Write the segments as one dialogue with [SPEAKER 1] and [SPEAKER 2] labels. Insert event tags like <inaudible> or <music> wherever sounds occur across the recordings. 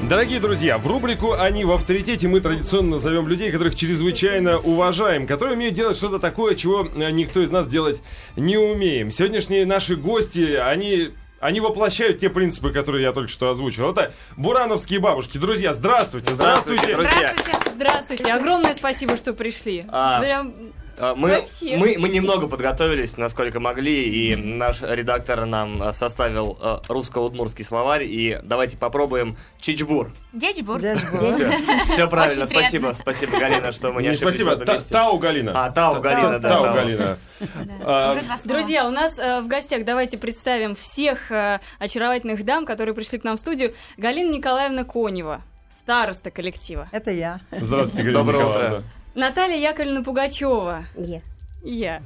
[SPEAKER 1] Дорогие друзья, в рубрику «Они в авторитете» мы традиционно зовем людей, которых чрезвычайно уважаем, которые умеют делать что-то такое, чего э, никто из нас делать не умеем. Сегодняшние наши гости, они... Они воплощают те принципы, которые я только что озвучил. Это бурановские бабушки. Друзья, здравствуйте, здравствуйте.
[SPEAKER 2] Здравствуйте, друзья.
[SPEAKER 3] Здравствуйте, здравствуйте. Огромное спасибо, что пришли.
[SPEAKER 2] А.
[SPEAKER 3] Прям
[SPEAKER 2] А, Мы,
[SPEAKER 3] Вообще.
[SPEAKER 2] мы, мы немного подготовились, насколько могли, и наш редактор нам а, составил а, русско-удмурский словарь, и давайте попробуем чичбур.
[SPEAKER 4] Дядьбур.
[SPEAKER 2] Все правильно,
[SPEAKER 4] Очень приятно.
[SPEAKER 2] спасибо, спасибо, Галина, что мы не
[SPEAKER 1] Не
[SPEAKER 2] ошиблись
[SPEAKER 1] спасибо,
[SPEAKER 2] в этом
[SPEAKER 1] Та-
[SPEAKER 2] месте.
[SPEAKER 1] Тау Галина.
[SPEAKER 2] А, Тау, Галина, да.
[SPEAKER 1] Тау
[SPEAKER 2] Тау.
[SPEAKER 1] Галина. А,
[SPEAKER 4] Уже два слова.
[SPEAKER 3] Друзья, у нас э, в гостях давайте представим всех э, очаровательных дам, которые пришли к нам в студию. Галина Николаевна Конева, староста коллектива.
[SPEAKER 5] Это я.
[SPEAKER 1] Здравствуйте, Галина
[SPEAKER 2] Доброе утро.
[SPEAKER 1] Николаевна.
[SPEAKER 3] Наталья Яковлевна Пугачева. Я.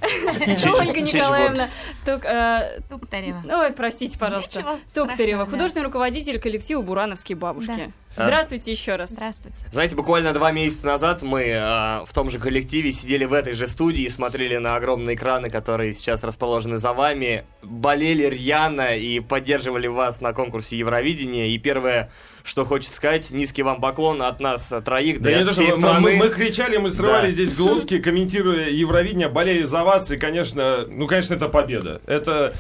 [SPEAKER 2] Чичбур.
[SPEAKER 3] Ольга Николаевна Тук- э,
[SPEAKER 4] Туктарева.
[SPEAKER 3] Ой, простите, пожалуйста.
[SPEAKER 4] Ничего
[SPEAKER 3] Туктарева,
[SPEAKER 4] страшного, да.
[SPEAKER 3] художественный руководитель коллектива «Бурановские бабушки».
[SPEAKER 2] Да.
[SPEAKER 3] Здравствуйте еще раз.
[SPEAKER 4] Здравствуйте.
[SPEAKER 2] Знаете, буквально два месяца назад мы а, в том же коллективе сидели в этой же студии, смотрели на огромные экраны, которые сейчас расположены за вами, болели рьяно и поддерживали вас на конкурсе Евровидения. И первое, что хочется сказать, низкий вам поклон от нас а, троих,
[SPEAKER 1] Да
[SPEAKER 2] да, и
[SPEAKER 1] не
[SPEAKER 2] от
[SPEAKER 1] то, что
[SPEAKER 2] всей
[SPEAKER 1] мы-
[SPEAKER 2] страны.
[SPEAKER 1] мы, мы кричали, мы срывали
[SPEAKER 2] Да.
[SPEAKER 1] здесь глотки, комментируя Евровидение, болели за вас, и, конечно, ну, конечно, это победа. Это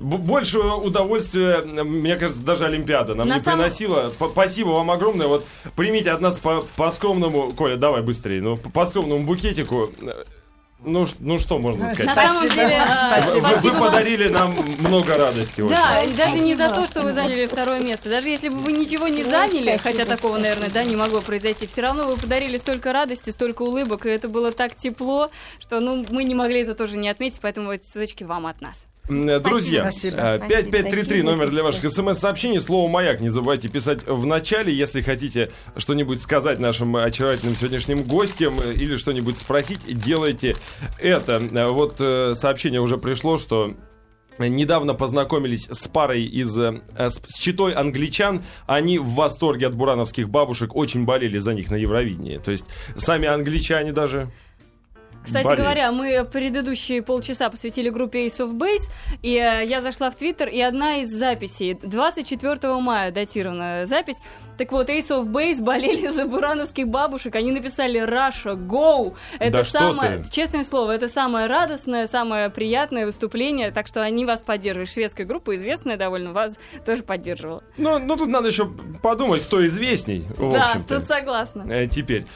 [SPEAKER 1] б- большего удовольствия, м, мне кажется, даже Олимпиада нам
[SPEAKER 3] На
[SPEAKER 1] не
[SPEAKER 3] самом-
[SPEAKER 1] приносила. П- Спасибо вам огромное. Вот примите от нас по, по скромному, Коля, давай быстрее, ну, по, по скромному букетику. Ну, ш- ну что можно сказать?
[SPEAKER 3] На самом
[SPEAKER 5] Спасибо.
[SPEAKER 3] деле, э,
[SPEAKER 1] Вы,
[SPEAKER 5] Спасибо.
[SPEAKER 1] вы
[SPEAKER 3] спасибо вам.
[SPEAKER 1] подарили нам много радости. очень.
[SPEAKER 3] Да, и даже не за то, что вы заняли второе место. Даже если бы вы ничего не заняли, хотя такого, наверное, да, не могло произойти, все равно вы подарили столько радости, столько улыбок, и это было так тепло, что ну, мы не могли это тоже не отметить, поэтому эти цветочки вам от нас.
[SPEAKER 1] М, Друзья,
[SPEAKER 5] Спасибо.
[SPEAKER 1] э,
[SPEAKER 4] Спасибо.
[SPEAKER 1] 5533 номер для ваших смс-сообщений. Слово «Маяк» не забывайте писать в начале, если хотите что-нибудь сказать нашим очаровательным сегодняшним гостям э, или что-нибудь спросить, делайте это. Э, Вот э, сообщение уже пришло, что Недавно познакомились с парой из э, э, с, с читой англичан. Они в восторге от бурановских бабушек, очень болели за них на Евровидении. То есть сами англичане даже.
[SPEAKER 3] Кстати
[SPEAKER 1] болеют.
[SPEAKER 3] говоря, мы предыдущие полчаса посвятили группе Ace of Base, и э, я зашла в Твиттер, и одна из записей, 24 мая датирована запись, так вот, Ace of Base болели за бурановских бабушек, они написали «Russia, go!» Это
[SPEAKER 1] Да что
[SPEAKER 3] самое,
[SPEAKER 1] ты.
[SPEAKER 3] честное слово, это самое радостное, самое приятное выступление, так что они вас поддерживают. Шведская группа, известная довольно, вас тоже поддерживала.
[SPEAKER 1] Ну, ну тут надо еще подумать, кто известней. В
[SPEAKER 3] да,
[SPEAKER 1] общем-то.
[SPEAKER 3] тут согласна.
[SPEAKER 1] Э, Теперь.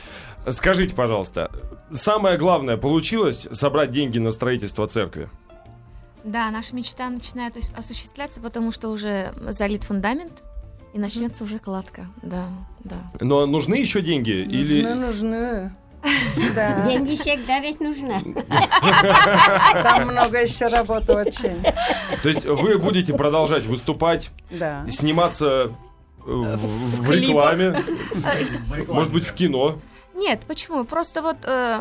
[SPEAKER 1] Скажите, пожалуйста, самое главное, получилось собрать деньги на строительство церкви?
[SPEAKER 4] Да, наша мечта начинает ос- осуществляться, потому что уже залит фундамент, и начнется уже кладка. Да, да.
[SPEAKER 1] Но нужны еще деньги?
[SPEAKER 5] Нужны,
[SPEAKER 1] Или...
[SPEAKER 5] нужны. <laughs> Да.
[SPEAKER 6] Деньги всегда ведь нужна.
[SPEAKER 5] <laughs> Там много еще работы очень.
[SPEAKER 1] То есть вы будете продолжать выступать,
[SPEAKER 5] Да.
[SPEAKER 1] сниматься э, в, в
[SPEAKER 3] клипах. <laughs>
[SPEAKER 1] рекламе, может быть, в кино?
[SPEAKER 4] Нет, почему? Просто вот э,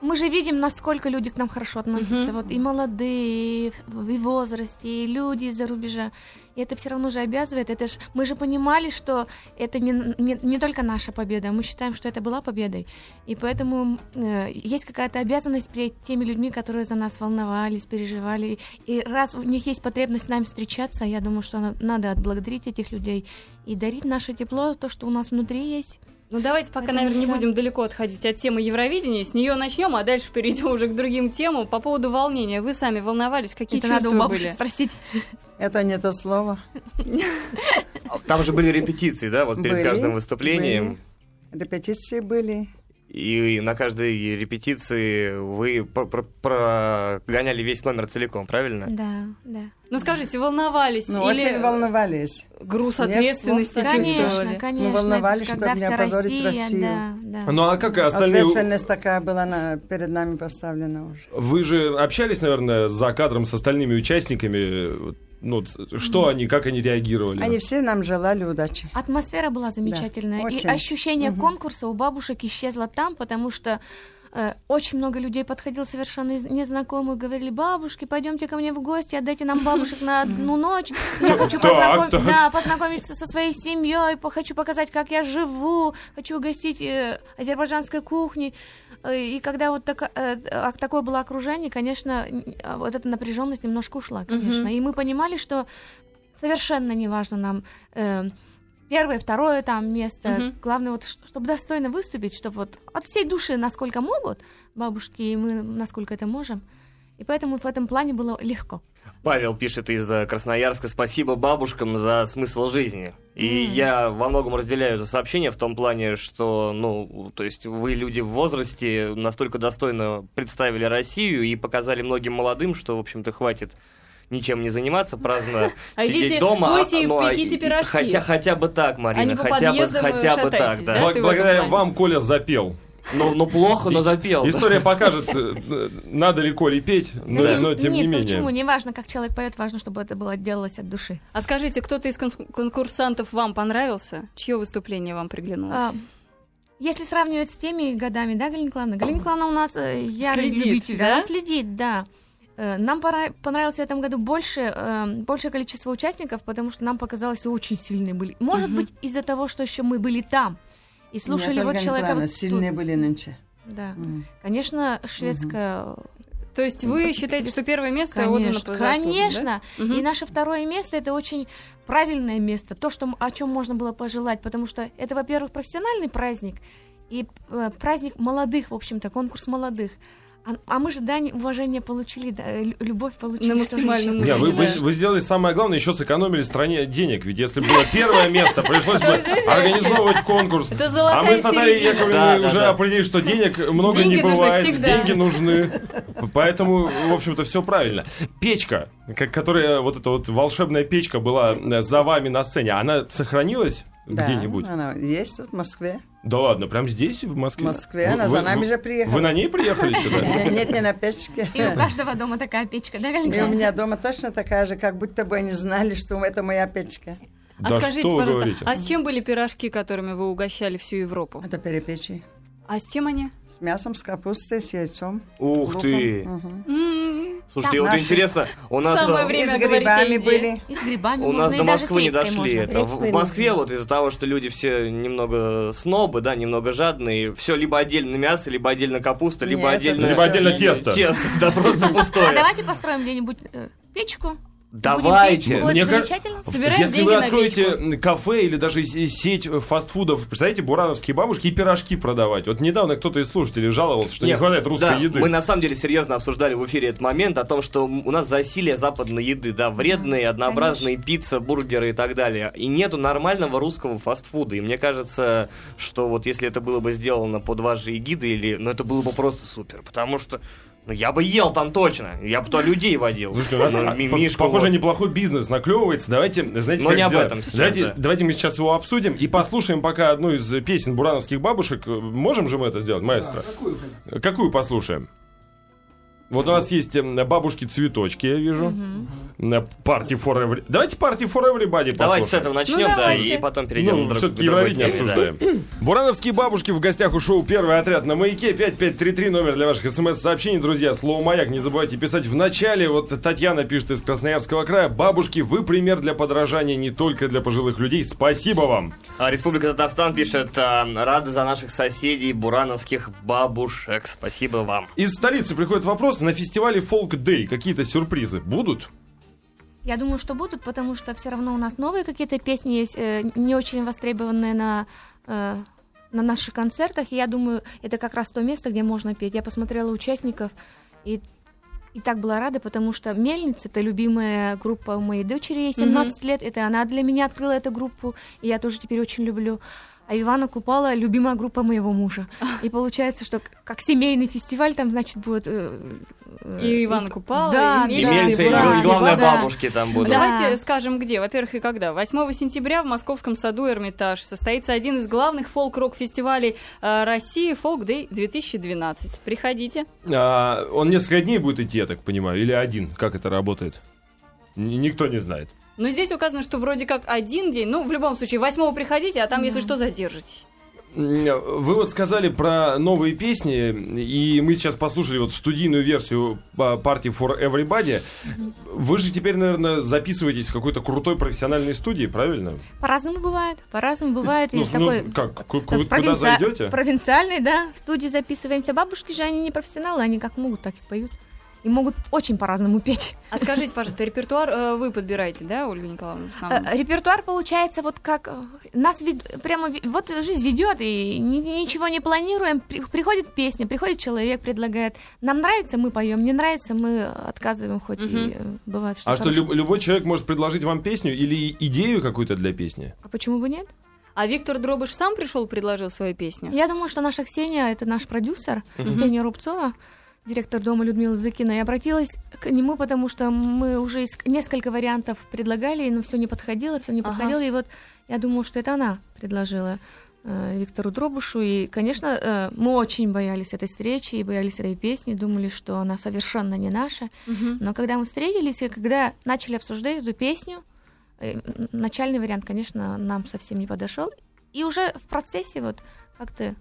[SPEAKER 4] мы же видим, насколько люди к нам хорошо относятся. Вот и молодые, и в и в возрасте, и люди из-за рубежа. И это все равно же обязывает. Это ж, мы же понимали, что это не, не- не только наша победа. Мы считаем, что это была победой. И поэтому э, есть какая-то обязанность перед теми людьми, которые за нас волновались, переживали. И раз у них есть потребность с нами встречаться, я думаю, что на- надо отблагодарить этих людей и дарить наше тепло, то, что у нас внутри есть.
[SPEAKER 3] Ну давайте пока,
[SPEAKER 4] Поэтому
[SPEAKER 3] наверное, не
[SPEAKER 4] всё.
[SPEAKER 3] будем далеко отходить от темы Евровидения. С нее начнем, а дальше перейдем уже к другим темам. По поводу волнения. Вы сами волновались, какие
[SPEAKER 4] это надо
[SPEAKER 3] чувства
[SPEAKER 4] у бабушек
[SPEAKER 3] были?
[SPEAKER 4] спросить.
[SPEAKER 5] Это не то слово.
[SPEAKER 2] Там же были репетиции, да, вот перед
[SPEAKER 5] Были,
[SPEAKER 2] каждым выступлением.
[SPEAKER 5] Репетиции были.
[SPEAKER 2] И на каждой репетиции вы про- про- прогоняли весь номер целиком, правильно?
[SPEAKER 4] Да, да.
[SPEAKER 3] Ну скажите, волновались
[SPEAKER 5] Ну,
[SPEAKER 3] или
[SPEAKER 5] очень волновались.
[SPEAKER 3] груз
[SPEAKER 5] Нет,
[SPEAKER 3] ответственности
[SPEAKER 5] слов таких.
[SPEAKER 3] чувствовали?
[SPEAKER 4] Конечно, конечно.
[SPEAKER 5] Мы волновались,
[SPEAKER 4] это же
[SPEAKER 5] чтобы
[SPEAKER 4] когда
[SPEAKER 5] не
[SPEAKER 4] вся
[SPEAKER 5] опозорить Россию.
[SPEAKER 4] Да, да.
[SPEAKER 1] Ну а как и остальные...
[SPEAKER 5] Ответственность такая была на- перед нами поставлена уже.
[SPEAKER 1] Вы же общались, наверное, за кадром с остальными участниками? Ну, что они, как они реагировали?
[SPEAKER 5] Они все нам желали удачи.
[SPEAKER 4] Атмосфера была замечательная.
[SPEAKER 5] Да,
[SPEAKER 4] и
[SPEAKER 5] очень.
[SPEAKER 4] ощущение конкурса у бабушек исчезло там, потому что э, очень много людей подходило совершенно из- незнакомых, говорили, бабушки, пойдемте ко мне в гости, отдайте нам бабушек на одну ночь. Я хочу
[SPEAKER 1] Так,
[SPEAKER 4] познаком-
[SPEAKER 1] так.
[SPEAKER 4] да, познакомиться со своей семьей, по- хочу показать, как я живу, хочу угостить э, азербайджанской кухней. Э, И когда вот так, э, а- такое было окружение, конечно, н- а вот эта напряженность немножко ушла, конечно. И мы понимали, что совершенно не важно нам э, первое, второе там место.
[SPEAKER 3] Мгм.
[SPEAKER 4] Главное, вот, чтобы достойно выступить, чтобы вот от всей души, насколько могут бабушки, и мы насколько это можем. И поэтому в этом плане было легко.
[SPEAKER 2] Павел пишет из э, Красноярска «Спасибо бабушкам за смысл жизни». И
[SPEAKER 4] М.
[SPEAKER 2] я во многом разделяю это сообщение в том плане, что, ну, то есть вы, люди в возрасте, настолько достойно представили Россию и показали многим молодым, что, в общем-то, хватит ничем не заниматься, праздно
[SPEAKER 3] <laughs> А идите,
[SPEAKER 2] сидеть дома.
[SPEAKER 3] пойте и
[SPEAKER 2] ну, а
[SPEAKER 3] пеките
[SPEAKER 2] и-
[SPEAKER 3] пирожки.
[SPEAKER 2] Хотя, хотя бы так, Марина,
[SPEAKER 3] по
[SPEAKER 2] хотя бы,
[SPEAKER 3] подъездам, э,
[SPEAKER 2] хотя бы так,
[SPEAKER 3] шатайтесь,
[SPEAKER 2] да.
[SPEAKER 3] да?
[SPEAKER 1] Бла-
[SPEAKER 3] ты в этом
[SPEAKER 1] Благодаря
[SPEAKER 3] плане.
[SPEAKER 1] вам Коля запел.
[SPEAKER 2] Ну, ну, плохо, но запел. да.
[SPEAKER 1] История покажет, э, надо ли Коле петь, но,
[SPEAKER 2] Да.
[SPEAKER 1] но тем
[SPEAKER 4] Нет,
[SPEAKER 1] не
[SPEAKER 4] ну
[SPEAKER 1] менее.
[SPEAKER 4] Почему? Не важно, как человек поет, важно, чтобы это было делалось от души.
[SPEAKER 3] А скажите, кто-то из конс- конкурсантов вам понравился? Чье выступление вам приглянулось?
[SPEAKER 4] А, Если сравнивать с теми годами, да, Галина Клановна? Галина Клановна у нас э, ярый
[SPEAKER 3] Следит,
[SPEAKER 4] любитель,
[SPEAKER 3] да?
[SPEAKER 4] она следит, да. Э, Нам пора- понравилось в этом году больше, э, большее количество участников, потому что нам показалось, очень сильные были. Может
[SPEAKER 3] Мгм.
[SPEAKER 4] быть, из-за того, что еще мы были там и слушали вот человека вот тут.
[SPEAKER 5] Сильные были нынче.
[SPEAKER 4] Да.
[SPEAKER 5] М.
[SPEAKER 4] Конечно, шведская...
[SPEAKER 3] То есть вы считаете, что первое место отдано
[SPEAKER 4] ну, Конечно,
[SPEAKER 3] по заслугам, да?
[SPEAKER 4] конечно.
[SPEAKER 3] Мгм.
[SPEAKER 4] И наше второе место это очень правильное место, то, что, м- о чем можно было пожелать, потому что это, во-первых, профессиональный праздник и э, праздник молодых, в общем-то, конкурс молодых. А, а мы же дань уважения получили, да, э, лю- любовь получили.
[SPEAKER 3] На
[SPEAKER 4] что же
[SPEAKER 3] максимальном
[SPEAKER 4] ещё?
[SPEAKER 1] Не, вы, вы-
[SPEAKER 3] Да.
[SPEAKER 1] вы сделали самое главное, еще сэкономили стране денег. Ведь если было первое место, пришлось бы
[SPEAKER 3] Вы знаете,
[SPEAKER 1] организовывать конкурс.
[SPEAKER 3] Это золотая
[SPEAKER 1] А мы с Натальей
[SPEAKER 3] середина.
[SPEAKER 2] Да,
[SPEAKER 1] Яковлевной
[SPEAKER 2] да,
[SPEAKER 1] уже
[SPEAKER 2] да.
[SPEAKER 1] определили, что денег много
[SPEAKER 3] Деньги
[SPEAKER 1] не
[SPEAKER 3] нужны
[SPEAKER 1] бывает.
[SPEAKER 3] всегда.
[SPEAKER 1] Деньги нужны. Поэтому, в общем-то, все правильно. Печка, ко- которая вот эта вот волшебная печка была э, за вами на сцене, она сохранилась?
[SPEAKER 5] Да,
[SPEAKER 1] Где-нибудь.
[SPEAKER 5] Она есть тут, в Москве.
[SPEAKER 1] Да ладно, прям здесь, в
[SPEAKER 5] В
[SPEAKER 1] Москве.
[SPEAKER 5] Москве.
[SPEAKER 1] Вы-
[SPEAKER 5] Она
[SPEAKER 1] вы-
[SPEAKER 5] за нами
[SPEAKER 1] вы-
[SPEAKER 5] же приехала.
[SPEAKER 1] Вы на ней приехали
[SPEAKER 5] <laughs>
[SPEAKER 1] сюда?
[SPEAKER 5] Э, Нет, не на печке.
[SPEAKER 4] И у каждого дома такая печка, да, Галина
[SPEAKER 5] И у
[SPEAKER 4] Николаевна?
[SPEAKER 5] меня дома точно такая же, как будто бы они знали, что это моя печка.
[SPEAKER 3] А
[SPEAKER 1] Да
[SPEAKER 3] скажите,
[SPEAKER 1] что вы
[SPEAKER 3] пожалуйста,
[SPEAKER 1] говорите?
[SPEAKER 3] а с чем были пирожки, которыми вы угощали всю Европу?
[SPEAKER 5] Это перепечи.
[SPEAKER 3] А с чем они?
[SPEAKER 5] С мясом, с капустой, с яйцом. с
[SPEAKER 2] Ух
[SPEAKER 5] луком.
[SPEAKER 2] ты!
[SPEAKER 5] Мгм.
[SPEAKER 3] М.
[SPEAKER 2] Слушайте,
[SPEAKER 5] Так,
[SPEAKER 2] вот
[SPEAKER 5] наши-
[SPEAKER 2] интересно, у нас...
[SPEAKER 3] Самое
[SPEAKER 2] э,
[SPEAKER 5] И
[SPEAKER 3] Время
[SPEAKER 5] с
[SPEAKER 3] говорить
[SPEAKER 5] грибами
[SPEAKER 3] о еде.
[SPEAKER 5] были.
[SPEAKER 4] И с грибами
[SPEAKER 2] У нас
[SPEAKER 4] можно,
[SPEAKER 2] до
[SPEAKER 4] и даже с
[SPEAKER 2] Москвы не
[SPEAKER 4] рыбкой
[SPEAKER 2] дошли.
[SPEAKER 4] можно.
[SPEAKER 2] Это в, в
[SPEAKER 5] Рыбкой
[SPEAKER 2] Москве
[SPEAKER 5] можно.
[SPEAKER 2] вот из-за того, что люди все немного снобы, да, немного жадные, все либо отдельно мясо, либо отдельно капуста, либо
[SPEAKER 5] Нет,
[SPEAKER 2] отдельно
[SPEAKER 5] это
[SPEAKER 1] Либо отдельно
[SPEAKER 5] Нет,
[SPEAKER 1] тесто.
[SPEAKER 2] тесто, да просто
[SPEAKER 4] А
[SPEAKER 2] пустое.
[SPEAKER 4] давайте построим где-нибудь э, печку.
[SPEAKER 2] Давайте.
[SPEAKER 4] Будем печь,
[SPEAKER 1] Мне
[SPEAKER 4] будет
[SPEAKER 1] ка-
[SPEAKER 4] замечательно.
[SPEAKER 3] Собираем
[SPEAKER 1] Если
[SPEAKER 3] деньги
[SPEAKER 1] вы
[SPEAKER 3] на
[SPEAKER 1] откроете м, кафе или даже с- сеть э, фастфудов, представляете, бурановские бабушки и пирожки продавать. Вот недавно кто-то из слушателей жаловался, что не,
[SPEAKER 2] Нет,
[SPEAKER 1] хватает русской
[SPEAKER 2] да,
[SPEAKER 1] еды.
[SPEAKER 2] Мы на самом деле серьезно обсуждали в эфире этот момент о том, что м- у нас засилие западной еды, да, вредные, однообразные пицца, бургеры и так далее. И нету нормального русского фастфуда. И мне кажется, что вот если это было бы сделано под ваши эгиды, или, ну это было бы просто супер, потому что ну, я бы ел там точно, я бы туда людей водил.
[SPEAKER 1] Слушайте, у нас,
[SPEAKER 2] Ну,
[SPEAKER 1] а,
[SPEAKER 2] ми-
[SPEAKER 1] по-
[SPEAKER 2] Мишку
[SPEAKER 1] похоже,
[SPEAKER 2] вот.
[SPEAKER 1] неплохой бизнес наклевывается. Давайте, знаете,
[SPEAKER 2] Но
[SPEAKER 1] как
[SPEAKER 2] не об
[SPEAKER 1] сделаем?
[SPEAKER 2] этом сейчас,
[SPEAKER 1] давайте,
[SPEAKER 2] да.
[SPEAKER 1] давайте мы сейчас его обсудим и послушаем пока одну из песен бурановских бабушек. Можем же мы это сделать, маэстро?
[SPEAKER 6] Какую хотите?
[SPEAKER 1] Какую послушаем? Вот у нас есть э, бабушки-цветочки, я вижу. На Party for Every- Давайте Party for Everybody послушаем.
[SPEAKER 2] Давайте с этого начнем, да, и
[SPEAKER 3] давайте.
[SPEAKER 2] потом перейдем
[SPEAKER 1] ну,
[SPEAKER 2] друг-
[SPEAKER 1] все-таки
[SPEAKER 2] к другой
[SPEAKER 1] Евровидение
[SPEAKER 2] теме, да.
[SPEAKER 1] обсуждаем. Бурановские бабушки в гостях у шоу «Первый отряд» на «Маяке». 5533 номер для ваших смс-сообщений, друзья. Слово «Маяк» не забывайте писать в начале. Вот Татьяна пишет из Красноярского края. «Бабушки, вы пример для подражания не только для пожилых людей. Спасибо вам!»
[SPEAKER 2] А, Республика Татарстан пишет, а, рада за наших соседей, бурановских бабушек. Спасибо вам.
[SPEAKER 1] Из столицы приходит вопрос. На фестивале «Фолк Дэй» какие-то сюрпризы будут?
[SPEAKER 4] Я думаю, что будут, потому что все равно у нас новые какие-то песни есть, э, не очень востребованные на, э, на наших концертах. И я думаю, это как раз то место, где можно петь. Я посмотрела участников и, и так была рада, потому что «Мельница» — это любимая группа у моей дочери, ей 17 лет. Это она для меня открыла эту группу, и я тоже теперь очень люблю. А Ивана Купала — любимая группа моего мужа. И получается, что к- как семейный фестиваль там, значит, будет... э, э,
[SPEAKER 3] И Иван Купала,
[SPEAKER 4] Да,
[SPEAKER 3] и
[SPEAKER 2] И
[SPEAKER 4] да,
[SPEAKER 2] мельницы, и,
[SPEAKER 4] да,
[SPEAKER 2] гла- и главное,
[SPEAKER 4] да.
[SPEAKER 2] бабушки там будут.
[SPEAKER 4] Да.
[SPEAKER 3] Давайте скажем, где. Во-первых, и когда. 8 сентября в Московском саду Эрмитаж состоится один из главных фолк-рок-фестивалей э, России «Фолк-дэй 2012». Приходите.
[SPEAKER 1] А, он несколько дней будет идти, я так понимаю, или один? Как это работает? Н- никто не знает.
[SPEAKER 3] Но здесь указано, что вроде как один день. Ну, в любом случае, 8 приходите, а там, если что, задержитесь.
[SPEAKER 1] Вы вот сказали про новые песни, и мы сейчас послушали вот студийную версию а, партии For Everybody. Вы же теперь, наверное, записываетесь в какой-то крутой профессиональной студии, правильно?
[SPEAKER 4] По-разному бывает, по-разному бывает.
[SPEAKER 1] Ну,
[SPEAKER 4] Есть
[SPEAKER 1] ну,
[SPEAKER 4] такой
[SPEAKER 1] как, ку- ку-
[SPEAKER 4] В
[SPEAKER 1] куда
[SPEAKER 4] провинци-
[SPEAKER 1] зайдете?
[SPEAKER 4] Провинциальной, да. В студии записываемся. Бабушки же, они не профессионалы, они как могут, так и поют. и могут очень по-разному петь.
[SPEAKER 3] А скажите, пожалуйста, репертуар э, вы подбираете, да, Ольга Николаевна, в основном?
[SPEAKER 1] А.
[SPEAKER 4] Э, Репертуар получается вот как э, нас вед- прямо ве- вот жизнь ведет и ни- ничего не планируем. При- Приходит песня, приходит человек, предлагает. Нам нравится, мы поем. Не нравится, мы отказываем, хоть
[SPEAKER 3] Мгм.
[SPEAKER 4] и э, бывает что.
[SPEAKER 1] А что,
[SPEAKER 4] хорошее.
[SPEAKER 1] люб- любой человек может предложить вам песню или идею какую-то для песни?
[SPEAKER 4] А почему бы нет?
[SPEAKER 3] А Виктор Дробыш сам пришел, предложил свою песню?
[SPEAKER 4] Я думаю, что наша Ксения это наш продюсер Ксения Рубцова, директор дома Людмилы Зыкина. Я обратилась к нему, потому что мы уже из- несколько вариантов предлагали, но все не подходило, все не
[SPEAKER 3] Ага.
[SPEAKER 4] подходило. И вот я думаю, что это она предложила э, Виктору Дробушу. И, конечно, э, мы очень боялись этой встречи и боялись этой песни, думали, что она совершенно не наша.
[SPEAKER 3] Мгм.
[SPEAKER 4] Но когда мы встретились и когда начали обсуждать эту песню, э, м, начальный вариант, конечно, нам совсем не подошел. И уже в процессе вот как-то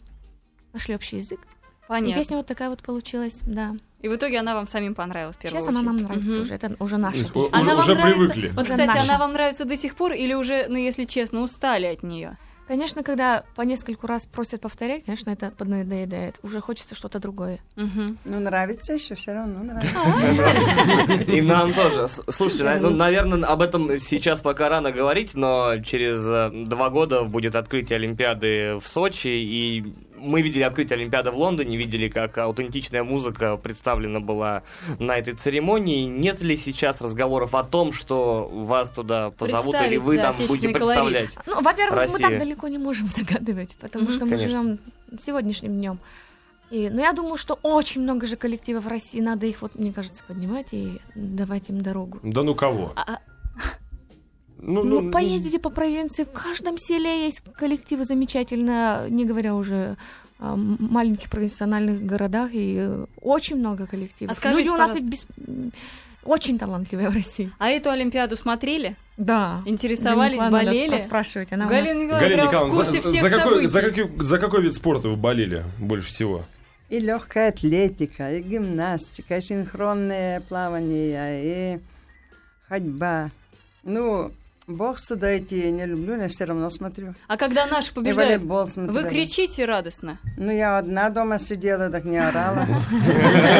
[SPEAKER 4] нашли общий язык. И
[SPEAKER 3] Понятно.
[SPEAKER 4] песня вот такая вот получилась, да.
[SPEAKER 3] И в итоге она вам самим понравилась в первую
[SPEAKER 4] Сейчас она
[SPEAKER 3] очередь.
[SPEAKER 4] нам нравится
[SPEAKER 3] Мгм.
[SPEAKER 4] уже, это уже наша
[SPEAKER 1] То есть, о-
[SPEAKER 4] песня.
[SPEAKER 1] Уже-
[SPEAKER 3] Она вам
[SPEAKER 1] уже
[SPEAKER 3] нравится-
[SPEAKER 1] привыкли.
[SPEAKER 3] Вот,
[SPEAKER 4] Уже
[SPEAKER 3] кстати,
[SPEAKER 4] наша.
[SPEAKER 3] она вам нравится до сих пор или уже, ну, если честно, устали от нее?
[SPEAKER 4] Конечно, когда по нескольку раз просят повторять, конечно, это поднадоедает. Уже хочется что-то другое.
[SPEAKER 5] Ну, нравится еще, все равно нравится.
[SPEAKER 2] И нам тоже. С- Слушайте, на- ну, наверное, об этом сейчас пока рано говорить, но через э, два года будет открытие Олимпиады в Сочи, и мы видели открытие Олимпиады в Лондоне, видели, как аутентичная музыка представлена была на этой церемонии. Нет ли сейчас разговоров о том, что вас туда позовут или
[SPEAKER 3] Представить,
[SPEAKER 2] вы
[SPEAKER 3] да,
[SPEAKER 2] там будете
[SPEAKER 3] отечественный
[SPEAKER 2] представлять?
[SPEAKER 4] Ну, во-первых, мы
[SPEAKER 2] Россия.
[SPEAKER 4] так далеко не можем <laughs> загадывать, потому
[SPEAKER 3] Мгм.
[SPEAKER 4] что мы
[SPEAKER 2] Конечно.
[SPEAKER 4] живем сегодняшним днем. И, но я думаю, что очень много же коллективов России, надо их, вот, мне кажется, поднимать и давать им дорогу.
[SPEAKER 1] Да ну кого?
[SPEAKER 3] А-
[SPEAKER 4] Ну, поездите по провинции, в каждом селе есть коллективы замечательно, не говоря уже о м- маленьких провинциональных городах, и э, очень много
[SPEAKER 3] А
[SPEAKER 4] коллективов.
[SPEAKER 3] скажите,
[SPEAKER 4] Люди у нас ведь без- м, очень талантливые в России.
[SPEAKER 3] А эту Олимпиаду смотрели?
[SPEAKER 4] Да.
[SPEAKER 3] Интересовались, болели?
[SPEAKER 4] спрашивать, она у нас-
[SPEAKER 3] Галина Николаевна,
[SPEAKER 1] Галина
[SPEAKER 3] прям в
[SPEAKER 1] Николаевна,
[SPEAKER 3] курсе
[SPEAKER 1] за,
[SPEAKER 3] всех
[SPEAKER 1] за какой,
[SPEAKER 3] событий.
[SPEAKER 1] за, какой, за какой вид спорта вы болели больше всего?
[SPEAKER 5] И легкая атлетика, и гимнастика, и синхронное плавание, и ходьба. Ну, бокс дайте, я не люблю, но я все равно смотрю.
[SPEAKER 3] А когда наши
[SPEAKER 5] И
[SPEAKER 3] побеждают,
[SPEAKER 5] волейбол смотрю.
[SPEAKER 3] вы кричите радостно?
[SPEAKER 5] Ну, я одна дома сидела, так
[SPEAKER 2] <laughs>
[SPEAKER 5] не орала.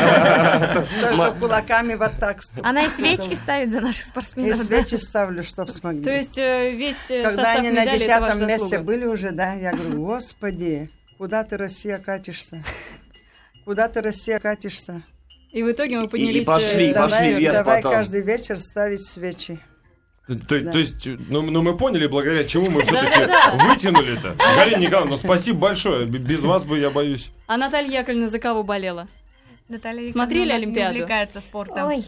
[SPEAKER 5] Только кулаками вот так. стук.
[SPEAKER 4] Она и свечки ставит за наших
[SPEAKER 5] И
[SPEAKER 4] спортсменов. да.
[SPEAKER 3] <laughs>
[SPEAKER 5] свечи ставлю, чтоб смогли.
[SPEAKER 3] То есть э, весь э,
[SPEAKER 5] Когда
[SPEAKER 3] состав
[SPEAKER 5] они на
[SPEAKER 3] медали, это ваша
[SPEAKER 5] десятом месте
[SPEAKER 3] заслуга.
[SPEAKER 5] были уже, да, я
[SPEAKER 3] <laughs>
[SPEAKER 5] говорю, господи, куда ты, Россия, катишься? Куда ты, Россия, катишься?
[SPEAKER 3] И в итоге мы
[SPEAKER 2] и
[SPEAKER 3] поднялись...
[SPEAKER 2] пошли, И
[SPEAKER 3] э,
[SPEAKER 5] давай
[SPEAKER 2] пошли вверх
[SPEAKER 5] давай
[SPEAKER 2] потом.
[SPEAKER 5] каждый вечер ставить свечи.
[SPEAKER 1] То,
[SPEAKER 5] Да.
[SPEAKER 1] то есть, ну, ну, мы поняли, благодаря чему мы все-таки
[SPEAKER 3] Да-да-да.
[SPEAKER 1] вытянули-то. Галина Николаевна, ну, спасибо большое. Б- Без вас бы я боюсь.
[SPEAKER 3] А Наталья Яковлевна за кого болела?
[SPEAKER 4] Наталья Яковлевна
[SPEAKER 3] Смотрели
[SPEAKER 4] у нас не
[SPEAKER 3] Олимпиаду?
[SPEAKER 4] увлекается спортом.
[SPEAKER 6] Ой,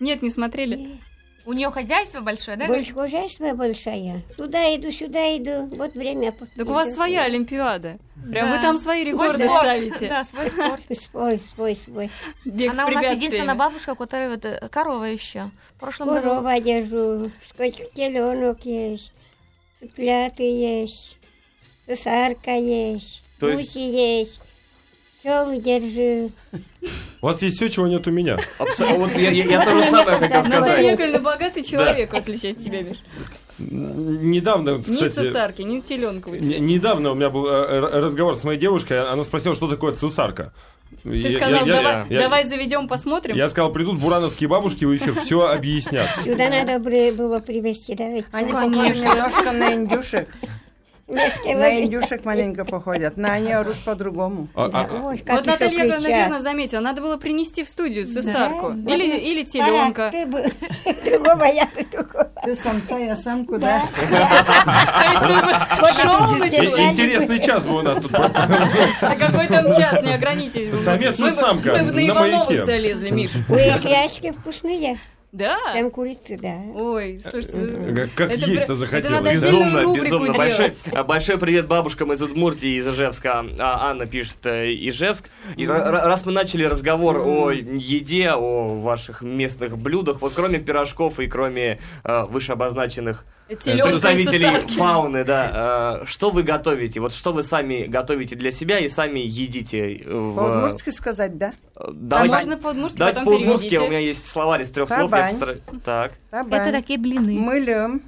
[SPEAKER 3] Нет, не смотрели?
[SPEAKER 4] У нее хозяйство большое, да?
[SPEAKER 6] больше хозяйство большая. Туда иду, сюда иду. Вот время.
[SPEAKER 3] Так у вас
[SPEAKER 6] идёт.
[SPEAKER 3] своя Олимпиада. Прям
[SPEAKER 4] Да.
[SPEAKER 3] вы там свои
[SPEAKER 4] Свой
[SPEAKER 3] рекорды
[SPEAKER 4] спорт.
[SPEAKER 3] ставите.
[SPEAKER 4] Да, свой
[SPEAKER 5] <laughs>
[SPEAKER 4] спорт.
[SPEAKER 6] Свой, свой, свой.
[SPEAKER 3] Бег с
[SPEAKER 4] Она у нас
[SPEAKER 3] препятствиями.
[SPEAKER 4] единственная бабушка, у которой вот э, корова еще. В
[SPEAKER 3] Ну,
[SPEAKER 4] прошлом году
[SPEAKER 6] Корова держу. Сколько теленок есть. Цыпляты есть. Сосарка есть.
[SPEAKER 2] То есть-
[SPEAKER 6] Гуси есть. Пчелы держу.
[SPEAKER 1] У вас есть все, чего нет у меня.
[SPEAKER 2] Абсо- а Вот я, я- я то же самое хотел
[SPEAKER 3] Наталья
[SPEAKER 2] сказать.
[SPEAKER 3] Яковлевна богатый человек, в отличие от тебя, Миш.
[SPEAKER 1] Н- Недавно,
[SPEAKER 3] Ни
[SPEAKER 1] кстати...
[SPEAKER 3] цесарки, ни теленка у тебя.
[SPEAKER 1] Н- Недавно у меня был э, р- разговор с моей девушкой, она спросила, что такое цесарка.
[SPEAKER 3] Ты сказал,
[SPEAKER 2] я-
[SPEAKER 3] давай,
[SPEAKER 1] я-
[SPEAKER 3] давай заведем, посмотрим.
[SPEAKER 1] я сказал, придут бурановские бабушки в эфир, все объяснят.
[SPEAKER 6] Сюда надо бы- было привезти, да? ведь?
[SPEAKER 5] Они
[SPEAKER 3] Ну, Конечно.
[SPEAKER 5] похожи
[SPEAKER 3] <laughs>
[SPEAKER 5] немножко на индюшек.
[SPEAKER 6] Вместо
[SPEAKER 5] На
[SPEAKER 6] вот-
[SPEAKER 5] индюшек маленько походят, но они орут по-другому.
[SPEAKER 1] А-
[SPEAKER 6] Да,
[SPEAKER 1] а-
[SPEAKER 6] ой, как
[SPEAKER 3] Вот
[SPEAKER 6] ещё
[SPEAKER 3] Наталья Яковлевна
[SPEAKER 6] кричат.
[SPEAKER 3] верно заметила, надо было принести в студию цесарку.
[SPEAKER 6] Да,
[SPEAKER 3] Или,
[SPEAKER 6] вот
[SPEAKER 3] или
[SPEAKER 6] пора,
[SPEAKER 3] теленка.
[SPEAKER 6] А, ты бы- <laughs> Другого я бы
[SPEAKER 2] <laughs>
[SPEAKER 6] другого.
[SPEAKER 5] Ты а самца, я самку, да?
[SPEAKER 3] <laughs> То есть ты
[SPEAKER 6] <laughs>
[SPEAKER 3] бы пошел бы
[SPEAKER 6] И-
[SPEAKER 1] и-
[SPEAKER 3] человек,
[SPEAKER 1] Интересный час бы у нас тут про-
[SPEAKER 3] а какой там час не ограничились бы.
[SPEAKER 1] Самец и
[SPEAKER 3] Мы бы-
[SPEAKER 1] самка
[SPEAKER 3] Мы бы на
[SPEAKER 1] на
[SPEAKER 3] Ивановых
[SPEAKER 1] маяке.
[SPEAKER 3] залезли, Миш.
[SPEAKER 6] Ой, крячки вкусные.
[SPEAKER 3] Да?
[SPEAKER 6] Прям курицы, да.
[SPEAKER 3] А. Ой,
[SPEAKER 1] Э,
[SPEAKER 3] слушайте.
[SPEAKER 1] Как- как
[SPEAKER 3] это
[SPEAKER 1] есть-то
[SPEAKER 3] прям-
[SPEAKER 1] захотелось.
[SPEAKER 3] это надо
[SPEAKER 1] Безумно,
[SPEAKER 3] отдельную рубрику делать.
[SPEAKER 2] Большой, а, большой привет бабушкам из Удмуртии, из Ижевска. А, Анна пишет э, Ижевск. И ра- ра- раз мы начали разговор о еде, о ваших местных блюдах, вот кроме пирожков и кроме э, вышеобозначенных
[SPEAKER 3] Телёнка э, и
[SPEAKER 2] представителей
[SPEAKER 3] цесарки.
[SPEAKER 2] фауны, да, э, что вы готовите? Вот что вы сами готовите для себя и сами едите? э, В...
[SPEAKER 5] По-удмуртски сказать, да?
[SPEAKER 2] э,
[SPEAKER 3] А
[SPEAKER 2] Давайте,
[SPEAKER 3] можно по-удмурски,
[SPEAKER 2] давайте
[SPEAKER 3] потом
[SPEAKER 2] по-удмуртски, а у меня
[SPEAKER 3] переведите.
[SPEAKER 2] есть словарь из трех слов. я
[SPEAKER 5] Табань.
[SPEAKER 2] постараюсь- Так.
[SPEAKER 4] это
[SPEAKER 5] Табань.
[SPEAKER 4] такие блины.
[SPEAKER 5] Мылем.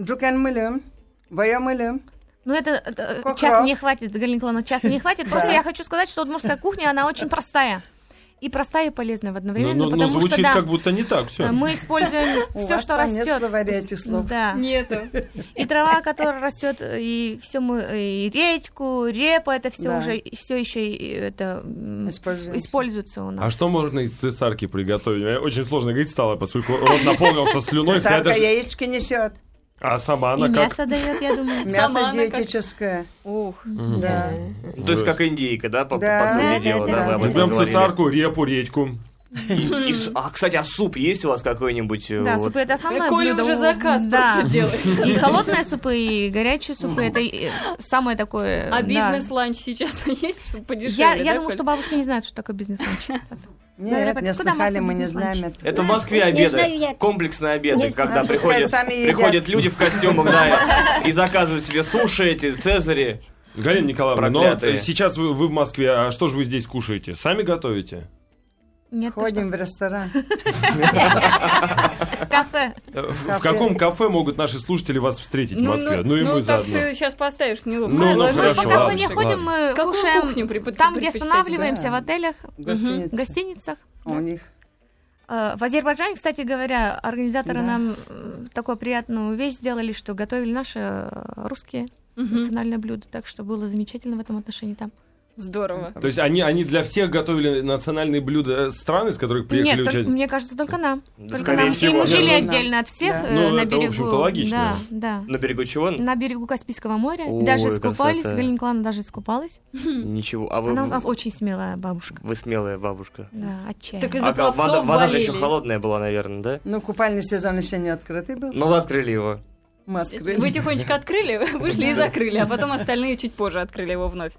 [SPEAKER 5] Джукен мылем. Вая мылем.
[SPEAKER 4] Ну, это э,
[SPEAKER 5] Как
[SPEAKER 4] часа
[SPEAKER 5] раз.
[SPEAKER 4] не хватит, Галина Николаевна, часа не хватит. Просто я хочу сказать, что удмуртская кухня, она очень простая. и простая, и полезная в
[SPEAKER 1] Ну,
[SPEAKER 4] одновременно,
[SPEAKER 1] ну, ну,
[SPEAKER 4] потому
[SPEAKER 1] звучит
[SPEAKER 4] что да, Э,
[SPEAKER 1] как будто не так все.
[SPEAKER 4] мы используем
[SPEAKER 5] <laughs> У
[SPEAKER 4] все,
[SPEAKER 5] вас
[SPEAKER 4] что
[SPEAKER 5] там а нет
[SPEAKER 4] растет.
[SPEAKER 5] словаря этих слов.
[SPEAKER 4] Да.
[SPEAKER 3] Нету.
[SPEAKER 4] И трава, которая растет, и все мы, и редьку, репа, это все
[SPEAKER 5] Да.
[SPEAKER 4] уже, все еще э, это м,
[SPEAKER 5] Используется.
[SPEAKER 4] используется у нас.
[SPEAKER 1] А что можно из цесарки приготовить? Мне Очень сложно говорить стало, поскольку
[SPEAKER 4] <laughs>
[SPEAKER 1] рот наполнился слюной. хотя
[SPEAKER 5] Цесарка
[SPEAKER 1] даже-
[SPEAKER 5] яички несет.
[SPEAKER 1] А сама
[SPEAKER 4] и
[SPEAKER 1] она как?
[SPEAKER 4] мясо дает, я думаю.
[SPEAKER 3] Сама
[SPEAKER 5] Мясо
[SPEAKER 3] она как-
[SPEAKER 5] диетическое.
[SPEAKER 3] Ух.
[SPEAKER 5] Да.
[SPEAKER 2] То есть как индейка, да, по,
[SPEAKER 5] Да,
[SPEAKER 2] по сути
[SPEAKER 5] да,
[SPEAKER 2] дела,
[SPEAKER 5] да,
[SPEAKER 2] да,
[SPEAKER 5] да.
[SPEAKER 2] вы об этом
[SPEAKER 1] Возьмем
[SPEAKER 2] говорили.
[SPEAKER 1] цесарку, репу, редьку.
[SPEAKER 2] И- и с- а, кстати, а суп есть у вас какой-нибудь? э,
[SPEAKER 4] Да,
[SPEAKER 2] вот?
[SPEAKER 4] супы это основное
[SPEAKER 3] Коля
[SPEAKER 4] блюдо.
[SPEAKER 3] уже заказ
[SPEAKER 4] Да.
[SPEAKER 3] просто делает.
[SPEAKER 4] И холодные супы, и горячие супы, это и, э, самое такое...
[SPEAKER 3] А
[SPEAKER 4] Э, да.
[SPEAKER 3] бизнес-ланч сейчас <laughs> есть, чтобы подешевле?
[SPEAKER 4] Я, я
[SPEAKER 3] да,
[SPEAKER 4] думаю,
[SPEAKER 3] Коль?
[SPEAKER 4] что бабушка не знает, что
[SPEAKER 3] <laughs>
[SPEAKER 4] такое бизнес-ланч.
[SPEAKER 3] Ну,
[SPEAKER 5] Нет, не
[SPEAKER 4] Куда
[SPEAKER 5] слыхали,
[SPEAKER 4] масло
[SPEAKER 5] мы не
[SPEAKER 4] бизнес ланч?
[SPEAKER 5] знаем. это.
[SPEAKER 2] Это в Москве
[SPEAKER 6] Не знаю
[SPEAKER 2] обеды,
[SPEAKER 6] я.
[SPEAKER 2] комплексные обеды,
[SPEAKER 6] Не
[SPEAKER 2] когда
[SPEAKER 5] знаю.
[SPEAKER 2] приходят,
[SPEAKER 5] Пускай сами едят.
[SPEAKER 2] приходят люди в костюмах, да, и- и заказывают себе суши эти, цезари.
[SPEAKER 1] Галина Николаевна, но
[SPEAKER 2] Проклятые.
[SPEAKER 1] э, сейчас вы, вы в Москве, а что же вы здесь кушаете? Сами готовите?
[SPEAKER 4] Нет, ты
[SPEAKER 5] Ходим в ресторан.
[SPEAKER 4] что, в кафе.
[SPEAKER 1] Э, В, в
[SPEAKER 5] Кафе.
[SPEAKER 1] каком кафе могут наши слушатели вас встретить в Москве? Ну, и
[SPEAKER 3] ну,
[SPEAKER 1] мы
[SPEAKER 3] так
[SPEAKER 1] заодно.
[SPEAKER 3] ты сейчас поставишь неловко.
[SPEAKER 1] Ну, ну,
[SPEAKER 3] Положи.
[SPEAKER 4] Мы
[SPEAKER 1] хорошо,
[SPEAKER 4] по кафе
[SPEAKER 1] ладно,
[SPEAKER 4] не ходим, мы
[SPEAKER 3] Какую
[SPEAKER 4] кушаем
[SPEAKER 3] кухню предпочитаете?
[SPEAKER 4] там, где останавливаемся, в
[SPEAKER 5] Да.
[SPEAKER 4] отелях, в
[SPEAKER 5] Гостиница.
[SPEAKER 4] гостиницах.
[SPEAKER 5] А У них.
[SPEAKER 4] Э, В Азербайджане, кстати говоря, организаторы
[SPEAKER 5] Да.
[SPEAKER 4] нам э, такую приятную вещь сделали, что готовили наши э, русские
[SPEAKER 3] Мгм.
[SPEAKER 4] национальные блюда, так что было замечательно в этом отношении там.
[SPEAKER 3] Здорово.
[SPEAKER 1] То есть они, они для всех готовили национальные блюда э, стран, из которых
[SPEAKER 4] Нет,
[SPEAKER 1] приехали
[SPEAKER 4] только-
[SPEAKER 1] участники?
[SPEAKER 4] мне кажется, только нам.
[SPEAKER 2] Да,
[SPEAKER 4] Только
[SPEAKER 2] скорее
[SPEAKER 4] нам. И
[SPEAKER 2] всего.
[SPEAKER 4] мы жили
[SPEAKER 5] Да.
[SPEAKER 4] отдельно от всех
[SPEAKER 5] Да.
[SPEAKER 4] э,
[SPEAKER 1] Ну,
[SPEAKER 4] на
[SPEAKER 1] это, в
[SPEAKER 4] берегу.
[SPEAKER 1] общем-то, логично.
[SPEAKER 4] Да, да.
[SPEAKER 2] На берегу чего?
[SPEAKER 4] На берегу Каспийского моря.
[SPEAKER 2] Ой,
[SPEAKER 4] даже искупались.
[SPEAKER 2] красота.
[SPEAKER 4] Галина Николаевна даже искупалась.
[SPEAKER 2] Ничего. А вы,
[SPEAKER 4] Она у нас очень смелая бабушка.
[SPEAKER 2] вы смелая бабушка.
[SPEAKER 4] Да, отчаянно.
[SPEAKER 3] Так из-за
[SPEAKER 2] Ага,
[SPEAKER 3] пловцов
[SPEAKER 2] вода, вода же
[SPEAKER 3] болели.
[SPEAKER 2] еще холодная была, наверное, да?
[SPEAKER 5] Ну, купальный сезон еще не открытый был.
[SPEAKER 2] Но вы открыли его.
[SPEAKER 5] Мы
[SPEAKER 3] Вы
[SPEAKER 5] открыли.
[SPEAKER 3] тихонечко открыли, <laughs> вышли и закрыли, а потом остальные чуть позже открыли его вновь.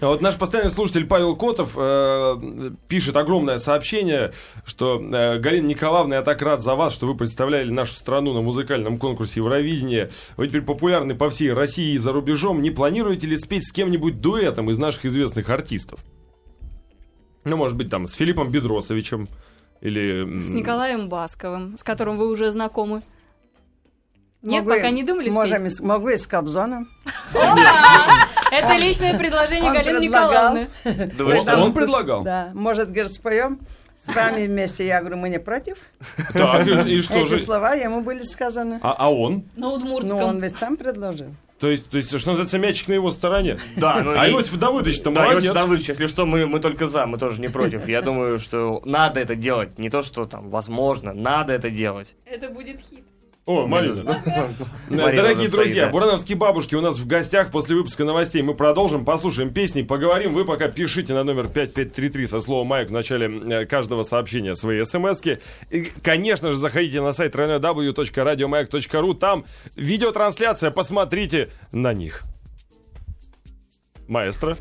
[SPEAKER 1] А Вот наш постоянный слушатель Павел Котов э, пишет огромное сообщение, что э, Галина Николаевна, я так рад за вас, что вы представляли нашу страну на музыкальном конкурсе Евровидения. Вы теперь популярны по всей России и за рубежом. Не планируете ли спеть с кем-нибудь дуэтом из наших известных артистов? Ну, может быть, там с Филиппом Бедросовичем или... м,
[SPEAKER 3] С Николаем Басковым, с которым вы уже знакомы. Нет,
[SPEAKER 5] Могу и-
[SPEAKER 3] пока не думали
[SPEAKER 5] можем
[SPEAKER 3] спеть?
[SPEAKER 5] и с- Могу и с Кобзоном.
[SPEAKER 3] Это личное предложение
[SPEAKER 5] он
[SPEAKER 3] Галины
[SPEAKER 5] предлагал.
[SPEAKER 3] Николаевны.
[SPEAKER 2] Да вы
[SPEAKER 1] Он,
[SPEAKER 2] что?
[SPEAKER 1] он предлагал?
[SPEAKER 5] Да. Может, говорит, споем с вами вместе. Я говорю, мы не против.
[SPEAKER 1] Так, и, и что
[SPEAKER 5] Эти
[SPEAKER 1] же?
[SPEAKER 5] слова ему были сказаны.
[SPEAKER 1] А, а он?
[SPEAKER 3] На
[SPEAKER 5] Ну, он
[SPEAKER 3] Удмуртском.
[SPEAKER 5] ведь сам предложил.
[SPEAKER 1] То есть, то есть, что называется, мячик на его стороне?
[SPEAKER 2] Да, ну
[SPEAKER 1] А
[SPEAKER 2] и-
[SPEAKER 1] Иосиф Давыдович-то
[SPEAKER 2] Да,
[SPEAKER 1] молодец.
[SPEAKER 2] Иосиф Давыдович, если что, мы, мы только за, мы тоже не против. Я думаю, что надо это делать. Не то, что там возможно, надо это делать.
[SPEAKER 3] Это будет хит.
[SPEAKER 1] О, Марина. Дорогие
[SPEAKER 2] Марина уже стоит,
[SPEAKER 1] друзья,
[SPEAKER 2] да.
[SPEAKER 1] Бурановские бабушки у нас в гостях после выпуска новостей. Мы продолжим, послушаем песни, поговорим. Вы пока пишите на номер 5533 со словом «Майк» в начале э, каждого сообщения свои смски. И, конечно же, заходите на сайт www.radiomayak.ru. Там видеотрансляция, посмотрите на них. Маэстро.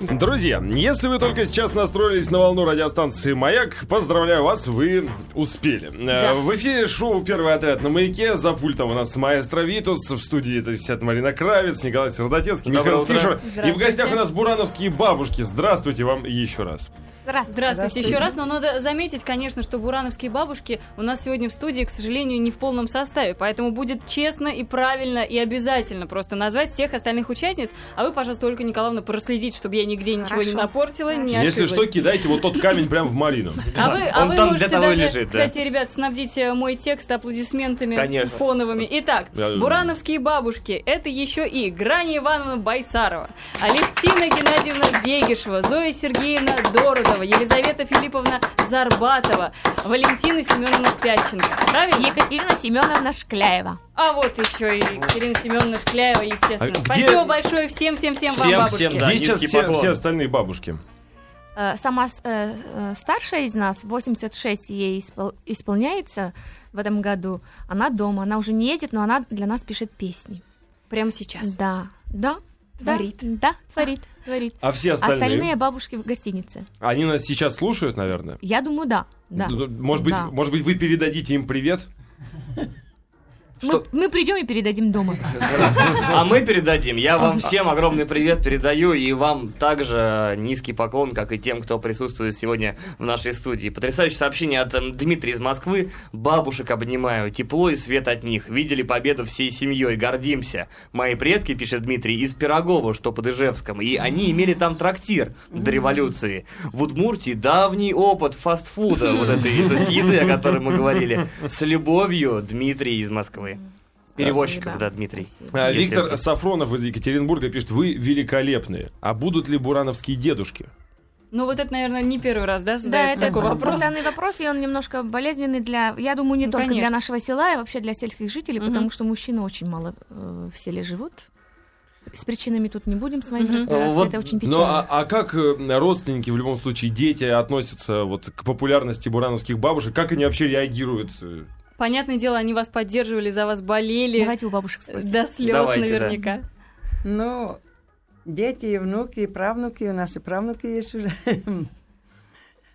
[SPEAKER 1] Друзья, если вы только сейчас настроились на волну радиостанции «Маяк», поздравляю вас, вы успели. Э, В эфире шоу «Первый отряд» на «Маяке». За пультом у нас маэстро Витус. В студии это сидят Марина Кравец, Николай Сердотецкий, Михаил
[SPEAKER 2] Доброе утро.
[SPEAKER 1] Фишер. И в
[SPEAKER 3] Здравствуйте.
[SPEAKER 1] гостях у нас бурановские бабушки. Здравствуйте вам еще раз.
[SPEAKER 4] Здравствуйте.
[SPEAKER 3] Здравствуйте
[SPEAKER 5] Здравствуйте.
[SPEAKER 3] еще раз, но надо заметить, конечно, что бурановские бабушки у нас сегодня в студии, к сожалению, не в полном составе, поэтому будет честно и правильно и обязательно просто назвать всех остальных участниц, а вы, пожалуйста, Ольга Николаевна, проследить, чтобы я нигде ничего не
[SPEAKER 4] Хорошо.
[SPEAKER 3] напортила, не
[SPEAKER 1] Если
[SPEAKER 3] ошиблась.
[SPEAKER 1] что, кидайте вот тот камень прямо в Марину.
[SPEAKER 3] А вы, а
[SPEAKER 2] Он
[SPEAKER 3] вы
[SPEAKER 2] там
[SPEAKER 3] можете
[SPEAKER 2] для того и
[SPEAKER 3] даже,
[SPEAKER 2] лежит, да.
[SPEAKER 3] кстати, ребят, снабдите мой текст аплодисментами
[SPEAKER 2] Конечно.
[SPEAKER 3] фоновыми. Итак,
[SPEAKER 1] Да, да, да.
[SPEAKER 3] Бурановские бабушки – это еще и Грани Ивановна Байсарова, Алевтина Геннадьевна Бегишева, Зоя Сергеевна Дородова, Елизавета Филипповна Зарбатова, Валентина Семеновна Пятченко. Правильно?
[SPEAKER 4] Екатерина Семеновна Шкляева.
[SPEAKER 3] А вот еще и Екатерина Семеновна Шкляева, естественно.
[SPEAKER 1] А где-
[SPEAKER 3] Спасибо большое всем-всем-всем вам,
[SPEAKER 2] Всем,
[SPEAKER 3] бабушки.
[SPEAKER 2] всем, Да,
[SPEAKER 1] Где сейчас
[SPEAKER 2] низкий
[SPEAKER 1] все,
[SPEAKER 2] поклон.
[SPEAKER 1] все остальные бабушки?
[SPEAKER 4] Э, Сама с- э, э, старшая из нас, 86 ей испол- исполняется в этом году. Она дома, она уже не едет, но она для нас пишет песни.
[SPEAKER 3] Прямо сейчас.
[SPEAKER 4] Да, да. да,
[SPEAKER 3] Творит.
[SPEAKER 4] Да, творит, творит.
[SPEAKER 1] А все остальные?
[SPEAKER 4] Остальные бабушки в гостинице.
[SPEAKER 1] Они нас сейчас слушают, наверное? Ну,
[SPEAKER 4] Я думаю, да. да.
[SPEAKER 1] Д- д- Может быть,
[SPEAKER 4] Да.
[SPEAKER 1] может быть, вы передадите им привет?
[SPEAKER 4] Мы,
[SPEAKER 2] Что?
[SPEAKER 4] мы придем и передадим дома.
[SPEAKER 2] А мы передадим. Я вам всем огромный привет передаю и вам также низкий поклон, как и тем, кто присутствует сегодня в нашей студии. Потрясающее сообщение от м, Дмитрия из Москвы. Бабушек обнимаю, тепло и свет от них. Видели победу всей семьей, гордимся. Мои предки, пишет Дмитрий, из Пирогова, что под Ижевском, и они имели там трактир до революции. В Удмуртии давний опыт фастфуда, вот этой то есть еды, о которой мы говорили. С любовью, Дмитрий из Москвы. Перевозчиков, да,
[SPEAKER 4] Спасибо.
[SPEAKER 2] Дмитрий.
[SPEAKER 1] А,
[SPEAKER 2] Если
[SPEAKER 1] Виктор
[SPEAKER 2] это-
[SPEAKER 1] Сафронов из Екатеринбурга пишет, вы великолепные. А будут ли бурановские дедушки?
[SPEAKER 3] Ну, вот это, наверное, не первый раз, да,
[SPEAKER 4] Да,
[SPEAKER 3] задается
[SPEAKER 4] это
[SPEAKER 3] такой вопрос.
[SPEAKER 4] постоянный вопрос, и он немножко болезненный для, я думаю, не
[SPEAKER 3] Ну,
[SPEAKER 4] только для
[SPEAKER 3] конечно.
[SPEAKER 4] нашего села, а вообще для сельских жителей,
[SPEAKER 3] Мгм.
[SPEAKER 4] потому что мужчины очень мало э, в селе живут. С причинами тут не будем с вами
[SPEAKER 3] Мгм.
[SPEAKER 4] разбираться,
[SPEAKER 2] Вот,
[SPEAKER 4] это очень
[SPEAKER 1] Ну,
[SPEAKER 4] печально.
[SPEAKER 1] а, а как э, родственники, в любом случае, дети относятся вот к популярности бурановских бабушек? Как они вообще реагируют? э?
[SPEAKER 3] Понятное дело, они вас поддерживали, за вас болели.
[SPEAKER 4] Давайте у бабушек спросим.
[SPEAKER 3] До слез
[SPEAKER 2] Давайте, да.
[SPEAKER 3] наверняка.
[SPEAKER 5] Ну, дети и внуки, и правнуки, у нас и правнуки есть уже. <laughs>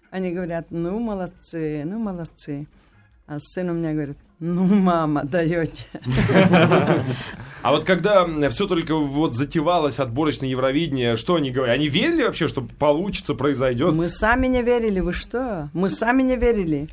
[SPEAKER 5] Они говорят, ну, молодцы, ну, молодцы. А сын у меня говорит, ну, мама, даете.
[SPEAKER 1] А вот когда все только вот затевалось отборочное Евровидение, что они говорят? Они верили вообще, что получится, произойдет?
[SPEAKER 5] Мы сами не верили, вы что? Мы сами не верили.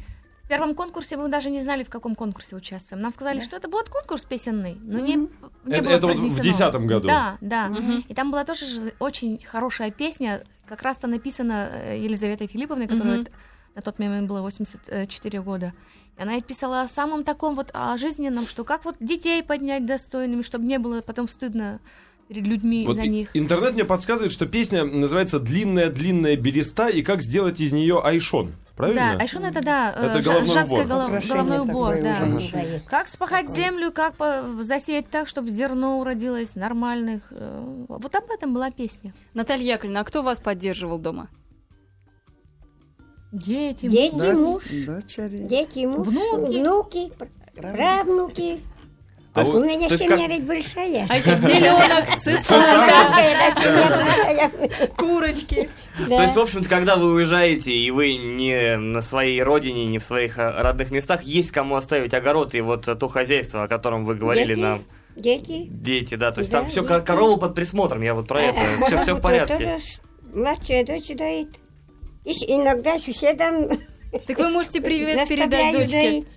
[SPEAKER 4] В первом конкурсе мы даже не знали, в каком конкурсе участвуем. Нам сказали, что это будет конкурс песенный, но не, не
[SPEAKER 1] Это-
[SPEAKER 4] было
[SPEAKER 1] это вот в
[SPEAKER 4] произнесено.
[SPEAKER 1] 10-м году.
[SPEAKER 4] Да, да. И там была тоже ж- очень хорошая песня, как раз-то написана э, Елизаветой Филипповной, которой
[SPEAKER 3] Мгм.
[SPEAKER 4] вот на тот момент было 84 года. И она писала о самом таком вот о жизненном, что как вот детей поднять достойными, чтобы не было потом стыдно перед людьми
[SPEAKER 1] Вот
[SPEAKER 4] за
[SPEAKER 1] и-
[SPEAKER 4] них.
[SPEAKER 1] Интернет мне подсказывает, что песня называется «Длинная-длинная береста» и как сделать из нее айшон. Правильно?
[SPEAKER 4] Да, айшон это да, э,
[SPEAKER 1] Это
[SPEAKER 4] жа-
[SPEAKER 1] головной
[SPEAKER 4] женская
[SPEAKER 1] убор.
[SPEAKER 4] голов-
[SPEAKER 5] Украшение
[SPEAKER 4] головной
[SPEAKER 5] такое
[SPEAKER 4] убор,
[SPEAKER 5] у
[SPEAKER 4] да.
[SPEAKER 5] женщин.
[SPEAKER 6] Бывает.
[SPEAKER 4] Как спахать
[SPEAKER 6] Такое.
[SPEAKER 4] землю, как по- засеять так, чтобы зерно уродилось нормальных. э, Вот об этом была песня.
[SPEAKER 3] Наталья Яковлевна, а кто вас
[SPEAKER 2] <laughs>
[SPEAKER 3] поддерживал дома?
[SPEAKER 4] Дети.
[SPEAKER 6] Дети,
[SPEAKER 5] Дочь-
[SPEAKER 6] муж,
[SPEAKER 5] Дочери.
[SPEAKER 6] дети, муж,
[SPEAKER 4] Внуки.
[SPEAKER 6] внуки, пр- правнуки.
[SPEAKER 2] А
[SPEAKER 6] У
[SPEAKER 2] вот-
[SPEAKER 6] меня
[SPEAKER 2] то есть
[SPEAKER 6] семья
[SPEAKER 2] как-
[SPEAKER 6] ведь большая.
[SPEAKER 3] А еще теленок, цесарка,
[SPEAKER 6] Маленькая, да, семья большая.
[SPEAKER 3] курочки.
[SPEAKER 2] То
[SPEAKER 6] Да.
[SPEAKER 2] есть, в общем-то, когда вы уезжаете, и вы не на своей родине, не в своих э, родных местах, есть кому оставить огород и вот э, то хозяйство, о котором вы говорили
[SPEAKER 6] Дети.
[SPEAKER 2] нам.
[SPEAKER 6] Дети.
[SPEAKER 2] Дети, да, то есть
[SPEAKER 6] Да,
[SPEAKER 2] там все,
[SPEAKER 6] дети.
[SPEAKER 2] корова под присмотром, я вот про это, все,
[SPEAKER 6] <laughs>
[SPEAKER 2] все в порядке.
[SPEAKER 6] Тоже ж младшая дочь доит. И с- иногда соседам
[SPEAKER 3] Так вы можете привет передать
[SPEAKER 6] заставляю
[SPEAKER 3] дочке.
[SPEAKER 6] доить.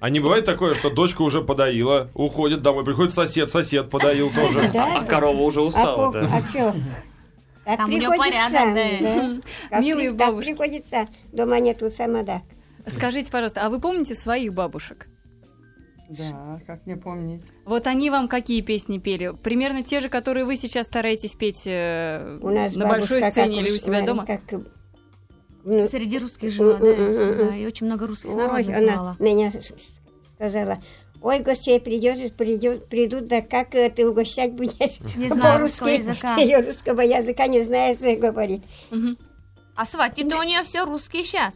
[SPEAKER 1] А не бывает такое, что дочка уже подоила, уходит домой, приходит сосед, сосед подоил тоже.
[SPEAKER 2] А
[SPEAKER 6] Да.
[SPEAKER 2] корова уже устала,
[SPEAKER 6] а, по-
[SPEAKER 2] да.
[SPEAKER 6] а чё? Так
[SPEAKER 7] Там у неё
[SPEAKER 6] приходится,
[SPEAKER 7] порядок, да.
[SPEAKER 3] <laughs>
[SPEAKER 6] Как
[SPEAKER 3] Милые
[SPEAKER 6] при- так
[SPEAKER 3] бабушки.
[SPEAKER 6] приходится, дома нету самода.
[SPEAKER 3] Скажите, пожалуйста, а вы помните своих бабушек?
[SPEAKER 5] Да, как не помнить.
[SPEAKER 3] Вот они вам какие песни пели? Примерно те же, которые вы сейчас стараетесь петь э,
[SPEAKER 6] У нас
[SPEAKER 3] на
[SPEAKER 6] бабушка
[SPEAKER 3] большой
[SPEAKER 6] как
[SPEAKER 3] сцене или
[SPEAKER 6] уж,
[SPEAKER 3] у себя
[SPEAKER 6] э,
[SPEAKER 3] дома?
[SPEAKER 6] Как, ну,
[SPEAKER 4] Среди русских жила, да,
[SPEAKER 6] Мгм.
[SPEAKER 4] да, и очень много русских
[SPEAKER 6] ой,
[SPEAKER 4] народных
[SPEAKER 6] она
[SPEAKER 4] знала.
[SPEAKER 6] меня с- с- сказала, ой, гостей придет, придет, придут, да как э, ты угощать будешь?
[SPEAKER 7] Не знаю
[SPEAKER 6] По-русски.
[SPEAKER 7] русского языка.
[SPEAKER 6] Её русского языка не знает, э, говорит.
[SPEAKER 3] Мгм.
[SPEAKER 7] А свадьи-то у нее все русские сейчас.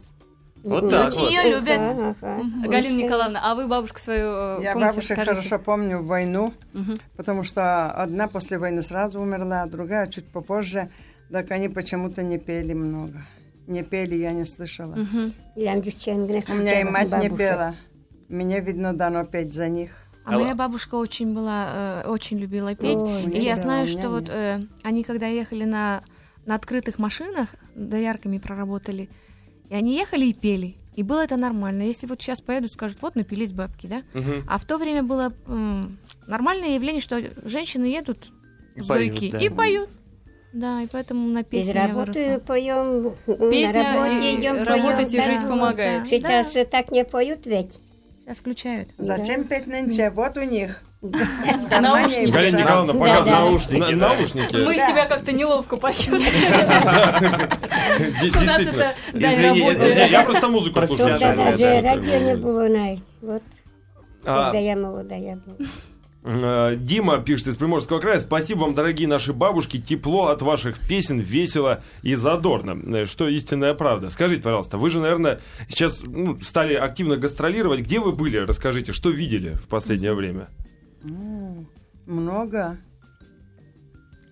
[SPEAKER 2] Вот так
[SPEAKER 7] Дочь
[SPEAKER 2] вот.
[SPEAKER 7] её любят.
[SPEAKER 6] Ага, ага.
[SPEAKER 3] Галина
[SPEAKER 6] Русская.
[SPEAKER 3] Николаевна, а вы бабушку свою э,
[SPEAKER 5] Я
[SPEAKER 3] помните,
[SPEAKER 5] бабушек
[SPEAKER 3] скажите?
[SPEAKER 5] хорошо помню войну,
[SPEAKER 3] Мгм.
[SPEAKER 5] потому что одна после войны сразу умерла, а другая чуть попозже. Так они почему-то не пели много. Не пели, я не слышала.
[SPEAKER 3] Мгм.
[SPEAKER 6] Лям Дюченко,
[SPEAKER 5] У меня и мать не
[SPEAKER 6] бабушка.
[SPEAKER 5] пела. Мне, видно, дано петь за них.
[SPEAKER 4] А моя бабушка очень была, э, очень любила петь.
[SPEAKER 6] Ой,
[SPEAKER 4] и я
[SPEAKER 5] да,
[SPEAKER 4] знаю,
[SPEAKER 5] у меня
[SPEAKER 4] что вот
[SPEAKER 5] нет.
[SPEAKER 4] э, они, когда ехали на, на открытых машинах, доярками проработали, и они ехали и пели. И было это нормально. Если вот сейчас поеду, скажут, вот напились бабки, да?
[SPEAKER 1] Мгм.
[SPEAKER 4] А в то время было м, нормальное явление, что женщины едут
[SPEAKER 2] И
[SPEAKER 4] с
[SPEAKER 2] поют,
[SPEAKER 4] дойки
[SPEAKER 2] да.
[SPEAKER 4] и поют. Да, и поэтому на
[SPEAKER 6] Из
[SPEAKER 4] песне я
[SPEAKER 6] работы
[SPEAKER 4] выросла.
[SPEAKER 6] поем,
[SPEAKER 3] Песня
[SPEAKER 6] на работе
[SPEAKER 3] и
[SPEAKER 6] идем,
[SPEAKER 3] работать и
[SPEAKER 6] поем,
[SPEAKER 3] жить
[SPEAKER 6] да.
[SPEAKER 3] помогает.
[SPEAKER 6] Сейчас э, так не поют ведь.
[SPEAKER 4] Сейчас включают.
[SPEAKER 5] Зачем петь нынче? Вот у них. В кармане
[SPEAKER 3] Наушники.
[SPEAKER 5] и в
[SPEAKER 1] Галина
[SPEAKER 5] ушах.
[SPEAKER 1] Николаевна,
[SPEAKER 6] Да,
[SPEAKER 1] пока
[SPEAKER 6] да.
[SPEAKER 1] наушники.
[SPEAKER 2] Да.
[SPEAKER 1] на- Наушники.
[SPEAKER 3] Мы
[SPEAKER 5] Да.
[SPEAKER 3] себя как-то неловко почувствовали.
[SPEAKER 1] Де-
[SPEAKER 3] У нас
[SPEAKER 1] Действительно.
[SPEAKER 3] это да, и
[SPEAKER 2] Извини,
[SPEAKER 3] работает.
[SPEAKER 2] это-
[SPEAKER 1] Я просто музыку
[SPEAKER 2] Профессионал.
[SPEAKER 1] слушаю.
[SPEAKER 2] Всё
[SPEAKER 6] Да,
[SPEAKER 2] же,
[SPEAKER 1] да,
[SPEAKER 6] даже
[SPEAKER 1] да, как
[SPEAKER 6] радио не
[SPEAKER 1] бы.
[SPEAKER 6] было, най. Вот,
[SPEAKER 1] А,
[SPEAKER 6] когда я молодая была.
[SPEAKER 1] Э, Дима пишет из Приморского края. Спасибо вам, дорогие наши бабушки. Тепло от ваших песен, весело и задорно. Э, Что истинная правда. Скажите, пожалуйста, вы же, наверное, сейчас ну, стали активно гастролировать. Где вы были? Расскажите, что видели в последнее время?
[SPEAKER 5] М, Много.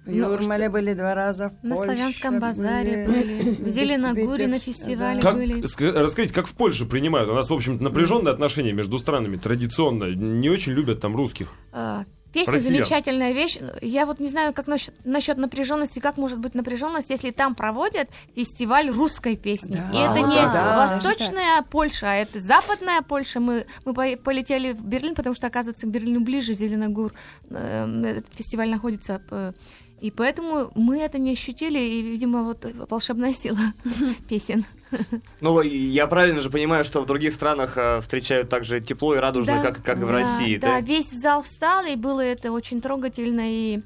[SPEAKER 5] В
[SPEAKER 3] Ну,
[SPEAKER 5] Юрмале были два раза, в
[SPEAKER 4] На
[SPEAKER 5] Польше
[SPEAKER 4] Славянском базаре были, в Зеленогоре на
[SPEAKER 5] Витебске,
[SPEAKER 4] фестивале
[SPEAKER 1] Как,
[SPEAKER 4] были.
[SPEAKER 1] ск- расскажите, как в Польше принимают? У нас, в общем-то, напряженные отношения между странами традиционно. Не очень любят там русских.
[SPEAKER 4] А, Песня
[SPEAKER 1] Россиян.
[SPEAKER 4] замечательная вещь. Я вот не знаю, как насчет, напряженности, как может быть напряженность, если там проводят фестиваль русской песни.
[SPEAKER 5] Да,
[SPEAKER 4] И это
[SPEAKER 5] вот
[SPEAKER 4] не
[SPEAKER 5] так, да,
[SPEAKER 4] восточная Польша, а это западная Польша. Мы, мы по- полетели в Берлин, потому что, оказывается, к Берлину ближе Зеленогор. эм, Этот фестиваль находится. э, И поэтому мы это не ощутили, и, видимо, вот э, волшебная сила <laughs> песен.
[SPEAKER 2] Ну, и я правильно же понимаю, что в других странах э, встречают так же тепло и радужно,
[SPEAKER 4] Да,
[SPEAKER 2] как, как и в
[SPEAKER 4] да,
[SPEAKER 2] России.
[SPEAKER 4] Да, весь зал встал, и было это очень трогательно, и,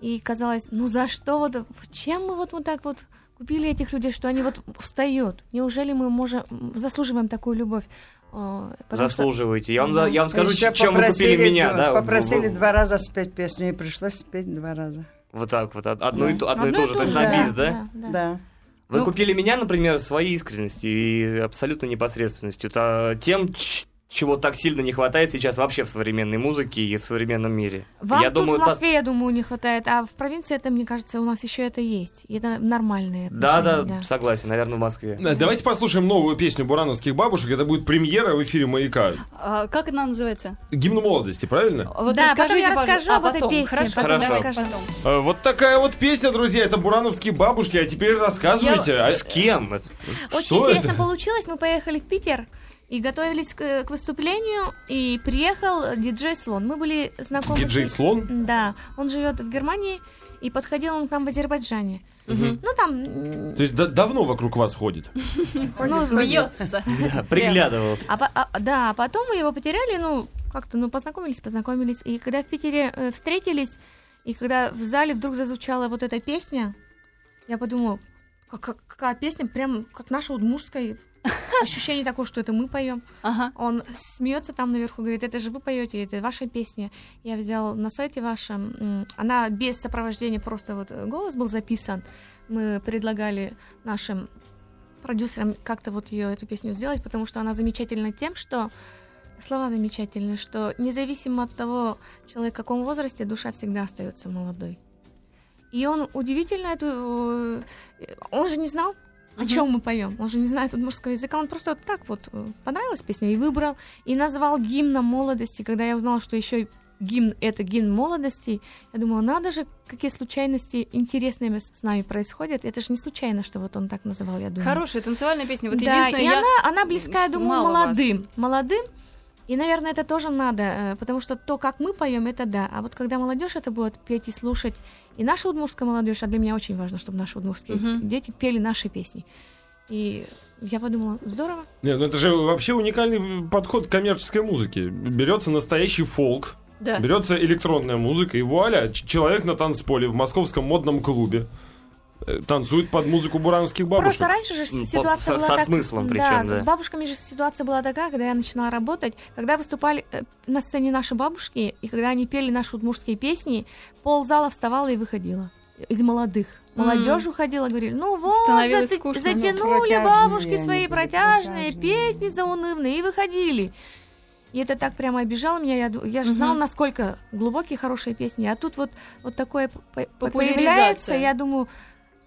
[SPEAKER 4] и казалось, ну за что вот, чем мы вот, вот так вот купили этих людей, что они вот встают? Неужели мы можем, заслуживаем такую любовь? Э, потому что-
[SPEAKER 2] Заслуживаете. Я вам, за- я вам скажу,
[SPEAKER 5] Ещё
[SPEAKER 2] чем вы купили
[SPEAKER 5] попросили
[SPEAKER 2] меня.
[SPEAKER 5] д-
[SPEAKER 2] Да, в-
[SPEAKER 5] Попросили
[SPEAKER 2] в-
[SPEAKER 5] два раза спеть песню, и пришлось спеть два раза.
[SPEAKER 2] Вот так вот, од- одно, и, то- одно и
[SPEAKER 4] Одно
[SPEAKER 2] то же, то есть
[SPEAKER 5] же,
[SPEAKER 2] на
[SPEAKER 5] да,
[SPEAKER 2] бис, да?
[SPEAKER 4] да.
[SPEAKER 5] Да.
[SPEAKER 2] Вы
[SPEAKER 3] Ну,
[SPEAKER 2] купили меня, например, своей искренностью и абсолютно непосредственностью, та- тем, ч- чего так сильно не хватает сейчас вообще в современной музыке и в современном мире.
[SPEAKER 4] Вам
[SPEAKER 2] я
[SPEAKER 4] тут
[SPEAKER 2] думаю,
[SPEAKER 4] в Москве, я думаю, не хватает, а в провинции это, мне кажется, у нас еще это есть. И это нормальные
[SPEAKER 2] Да, да,
[SPEAKER 4] отношения,
[SPEAKER 2] согласен, наверное, в Москве.
[SPEAKER 1] Э, Давайте послушаем новую песню бурановских бабушек. Это будет премьера в эфире «Маяка».
[SPEAKER 3] А, как она называется?
[SPEAKER 1] Гимн молодости, правильно?
[SPEAKER 3] Вот
[SPEAKER 4] Да, потом
[SPEAKER 3] расскажите,
[SPEAKER 4] я
[SPEAKER 3] пожалуйста.
[SPEAKER 4] расскажу
[SPEAKER 3] А,
[SPEAKER 4] об этой
[SPEAKER 3] потом.
[SPEAKER 4] песне,
[SPEAKER 3] Хорошо,
[SPEAKER 2] потом
[SPEAKER 3] да,
[SPEAKER 4] расскажу.
[SPEAKER 3] потом.
[SPEAKER 1] Э, Вот такая вот песня, друзья. Это бурановские бабушки. А теперь рассказывайте. а-
[SPEAKER 2] С кем? это?
[SPEAKER 4] Очень
[SPEAKER 1] Что
[SPEAKER 4] интересно
[SPEAKER 1] это?
[SPEAKER 4] получилось. Мы поехали в Питер и готовились к, к выступлению. И приехал диджей Слон. Мы были знакомы. с
[SPEAKER 1] Диджей
[SPEAKER 4] ним.
[SPEAKER 1] Слон?
[SPEAKER 4] Да, он живет в Германии и подходил он к нам в Азербайджане.
[SPEAKER 2] Мгм.
[SPEAKER 4] Ну там, м,
[SPEAKER 1] То есть да- давно вокруг вас ходит?
[SPEAKER 4] ну,
[SPEAKER 3] Бьется.
[SPEAKER 2] <laughs> Да, Приглядывался.
[SPEAKER 4] а, по- а- да, а потом мы его потеряли, ну как-то, ну познакомились, познакомились. И когда в Питере э, встретились, и когда в зале вдруг зазвучала вот эта песня, я подумала, «Как- как- какая песня, прям как наша удмуртская. Ощущение такое, что это мы поем.
[SPEAKER 3] Ага.
[SPEAKER 4] Он смеется там наверху, говорит, это же вы поете, это ваша песня. Я взял на сайте вашем, м, она без сопровождения, просто вот э, голос был записан. Мы предлагали нашим продюсерам как-то вот ее эту песню сделать, потому что она замечательна тем, что слова замечательны, что независимо от того, человек в каком возрасте, душа всегда остается молодой. И он удивительно эту... э, Он же не знал, о
[SPEAKER 3] Мгм.
[SPEAKER 4] чем мы поем. Он же не знает удмуртского языка. Он просто вот так вот э, понравилась песня и выбрал. И назвал гимном молодости. Когда я узнала, что еще гимн — это гимн молодости, я думала, надо же, какие случайности интересные с с нами происходят. Это же не случайно, что вот он так называл, я думаю.
[SPEAKER 3] Хорошая танцевальная песня. Вот
[SPEAKER 4] Да,
[SPEAKER 3] единственное,
[SPEAKER 4] и
[SPEAKER 3] я...
[SPEAKER 4] она, она близка, я думаю,
[SPEAKER 3] мало вас.
[SPEAKER 4] молодым. Молодым. И, наверное, это тоже надо, э, потому что то, как мы поем, это да. А вот когда молодежь это будет петь и слушать, и наша удмуртская молодежь, а для меня очень важно, чтобы наши удмуртские
[SPEAKER 3] Мгм.
[SPEAKER 4] дети пели наши песни. И я подумала, здорово.
[SPEAKER 1] Нет, ну это же вообще уникальный подход к коммерческой музыке. Берется настоящий фолк,
[SPEAKER 3] Да.
[SPEAKER 1] берется электронная музыка, и вуаля, ч- человек на танцполе в московском модном клубе э, танцует под музыку бурановских бабушек.
[SPEAKER 4] Просто раньше же
[SPEAKER 2] Ну, по-
[SPEAKER 4] ситуация
[SPEAKER 2] со-
[SPEAKER 4] была
[SPEAKER 2] со
[SPEAKER 4] так-
[SPEAKER 2] смыслом причем,
[SPEAKER 4] да,
[SPEAKER 2] да.
[SPEAKER 4] С бабушками же ситуация была такая, когда я начинала работать, когда выступали э, на сцене наши бабушки, и когда они пели наши удмуртские песни, пол зала вставала и выходила. Из молодых.
[SPEAKER 3] М.
[SPEAKER 4] Молодежь уходила, говорили, ну вот,
[SPEAKER 3] Становилось
[SPEAKER 4] зати-
[SPEAKER 3] скучно, ну,
[SPEAKER 4] затянули
[SPEAKER 5] протяжные
[SPEAKER 4] бабушки
[SPEAKER 5] они
[SPEAKER 4] свои
[SPEAKER 5] были,
[SPEAKER 4] протяжные,
[SPEAKER 5] протяжные.
[SPEAKER 4] песни заунывные, и выходили. И это так прямо обижало меня. Я, ду- я же знала,
[SPEAKER 3] Мгм.
[SPEAKER 4] насколько глубокие, хорошие песни. А тут вот, вот такое по- по-
[SPEAKER 3] Популяризация.
[SPEAKER 4] появляется. Я думаю,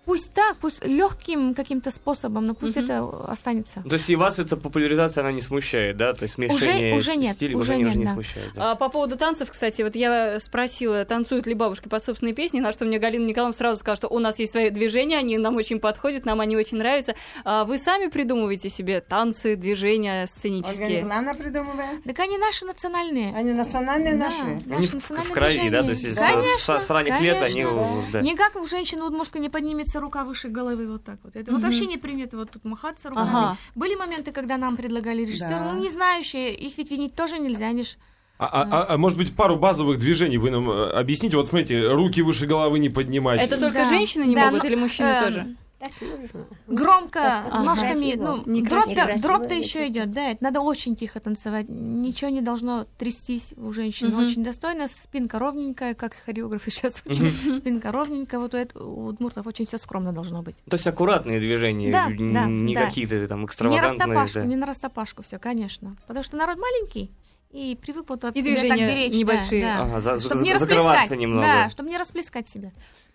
[SPEAKER 4] Пусть так, пусть легким каким-то способом, но пусть
[SPEAKER 3] Мгм.
[SPEAKER 4] это останется.
[SPEAKER 2] То есть и вас эта популяризация, она не смущает, да? То есть смешение
[SPEAKER 4] уже
[SPEAKER 2] с-
[SPEAKER 4] нет,
[SPEAKER 2] стилей
[SPEAKER 4] уже
[SPEAKER 2] уже, не-
[SPEAKER 4] нет,
[SPEAKER 2] уже не
[SPEAKER 4] да.
[SPEAKER 2] смущает. да.
[SPEAKER 3] А, по поводу танцев, кстати, вот я спросила, танцуют ли бабушки под собственные песни, на что мне Галина Николаевна сразу сказала, что у нас есть свои движения, они нам очень подходят, нам они очень нравятся. А вы сами придумываете себе танцы, движения
[SPEAKER 5] Ольга
[SPEAKER 3] сценические?
[SPEAKER 5] Николаевна придумывает.
[SPEAKER 4] Так они наши национальные.
[SPEAKER 5] Они национальные
[SPEAKER 4] Да.
[SPEAKER 5] наши.
[SPEAKER 4] Наши
[SPEAKER 2] Они в, в
[SPEAKER 4] национальные
[SPEAKER 2] крови, да? То есть
[SPEAKER 4] движения.
[SPEAKER 2] с-
[SPEAKER 4] Конечно,
[SPEAKER 2] с, с ранних лет они...
[SPEAKER 4] конечно.
[SPEAKER 2] э, да.
[SPEAKER 4] Никак у женщины удмуртской не поднимется рука выше головы вот так вот. Это вот
[SPEAKER 3] Мгм.
[SPEAKER 4] вообще не принято вот тут махаться руками.
[SPEAKER 3] Ага.
[SPEAKER 4] Были моменты, когда нам предлагали режиссер,
[SPEAKER 5] Да.
[SPEAKER 4] ну не знающие, их ведь винить тоже нельзя, они ж-
[SPEAKER 1] А, а- а- а может быть, пару базовых движений вы нам э, объясните? Вот смотрите, руки выше головы не поднимайте.
[SPEAKER 3] Это только
[SPEAKER 4] Да.
[SPEAKER 3] женщины не
[SPEAKER 4] Да,
[SPEAKER 3] могут
[SPEAKER 4] но,
[SPEAKER 3] или мужчины
[SPEAKER 4] эм,
[SPEAKER 3] тоже?
[SPEAKER 6] Так нужно.
[SPEAKER 4] громко
[SPEAKER 6] Ага.
[SPEAKER 4] ножками, ну,
[SPEAKER 3] Некрасиво.
[SPEAKER 4] дробь-то,
[SPEAKER 6] Некрасиво
[SPEAKER 4] дробь-то
[SPEAKER 6] это.
[SPEAKER 4] еще идет, да, это надо очень тихо танцевать, ничего не должно трястись у женщин,
[SPEAKER 3] Мгм.
[SPEAKER 4] очень достойно, спинка ровненькая, как хореографы <laughs> сейчас учат, спинка ровненькая, вот у, эт- у удмуртов очень все скромно должно быть.
[SPEAKER 2] То есть аккуратные движения,
[SPEAKER 4] Да,
[SPEAKER 2] н-
[SPEAKER 4] да,
[SPEAKER 2] не
[SPEAKER 4] да.
[SPEAKER 2] какие-то там
[SPEAKER 4] не
[SPEAKER 2] экстравагантные.
[SPEAKER 4] растопашку,
[SPEAKER 2] да.
[SPEAKER 4] не на растопашку все, конечно, потому что народ маленький и привык вот от
[SPEAKER 3] И
[SPEAKER 4] себя так
[SPEAKER 3] движения
[SPEAKER 4] беречь, да,
[SPEAKER 3] небольшие.
[SPEAKER 4] да,
[SPEAKER 2] Ага, А, за-
[SPEAKER 4] чтобы
[SPEAKER 2] за-
[SPEAKER 4] не
[SPEAKER 2] закрываться
[SPEAKER 4] расплескать,
[SPEAKER 2] немного.
[SPEAKER 4] да, чтобы не расплескать себя.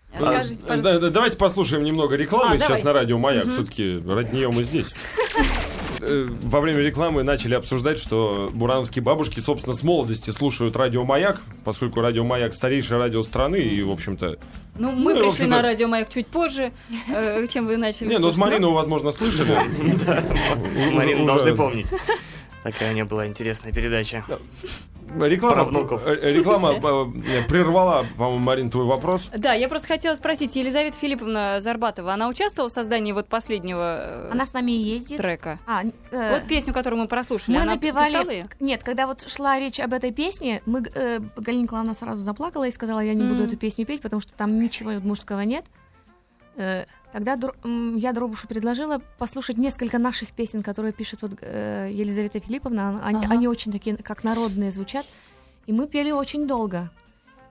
[SPEAKER 3] Скажите,
[SPEAKER 1] А,
[SPEAKER 3] пожалуйста.
[SPEAKER 1] да, да, Давайте послушаем немного рекламы
[SPEAKER 3] А,
[SPEAKER 1] сейчас
[SPEAKER 3] давай.
[SPEAKER 1] на радио Маяк. Все-таки ради нее мы здесь. Э, Во время рекламы начали обсуждать, что бурановские бабушки, собственно, с молодости слушают радио Маяк, поскольку радио Маяк старейшее радио страны, и, в общем-то...
[SPEAKER 3] Ну, мы
[SPEAKER 1] Ну, и, в
[SPEAKER 3] пришли на
[SPEAKER 1] общем-то-
[SPEAKER 3] радио Маяк чуть позже, э, чем вы начали.
[SPEAKER 1] Не, ну вот
[SPEAKER 3] слушать.
[SPEAKER 1] Марину, возможно, слышали. Уже-
[SPEAKER 2] Марина,
[SPEAKER 1] уже-
[SPEAKER 2] должны помнить. Такая у нее была интересная передача.
[SPEAKER 1] Ну, Реклама,
[SPEAKER 2] Про внуков.
[SPEAKER 1] э, реклама э, прервала, по-моему, Марин, твой вопрос.
[SPEAKER 3] Да, я просто хотела спросить, Елизавета Филипповна Зарбатова, она участвовала в создании вот последнего э,
[SPEAKER 4] Она с нами и ездит.
[SPEAKER 3] трека?
[SPEAKER 4] А, э,
[SPEAKER 3] Вот песню, которую мы прослушали,
[SPEAKER 4] мы
[SPEAKER 3] она писала
[SPEAKER 4] напевали...
[SPEAKER 3] её?
[SPEAKER 4] Нет, когда вот шла речь об этой песне, мы, э, Галина Николаевна сразу заплакала и сказала, я не буду
[SPEAKER 3] М.
[SPEAKER 4] эту песню петь, потому что там ничего мужского нет. Э, тогда Др- м, я Дробушу предложила послушать несколько наших песен, которые пишет вот, э, Елизавета Филипповна. Он- Они,
[SPEAKER 3] Ага.
[SPEAKER 4] они очень такие, как народные звучат. И мы пели очень долго.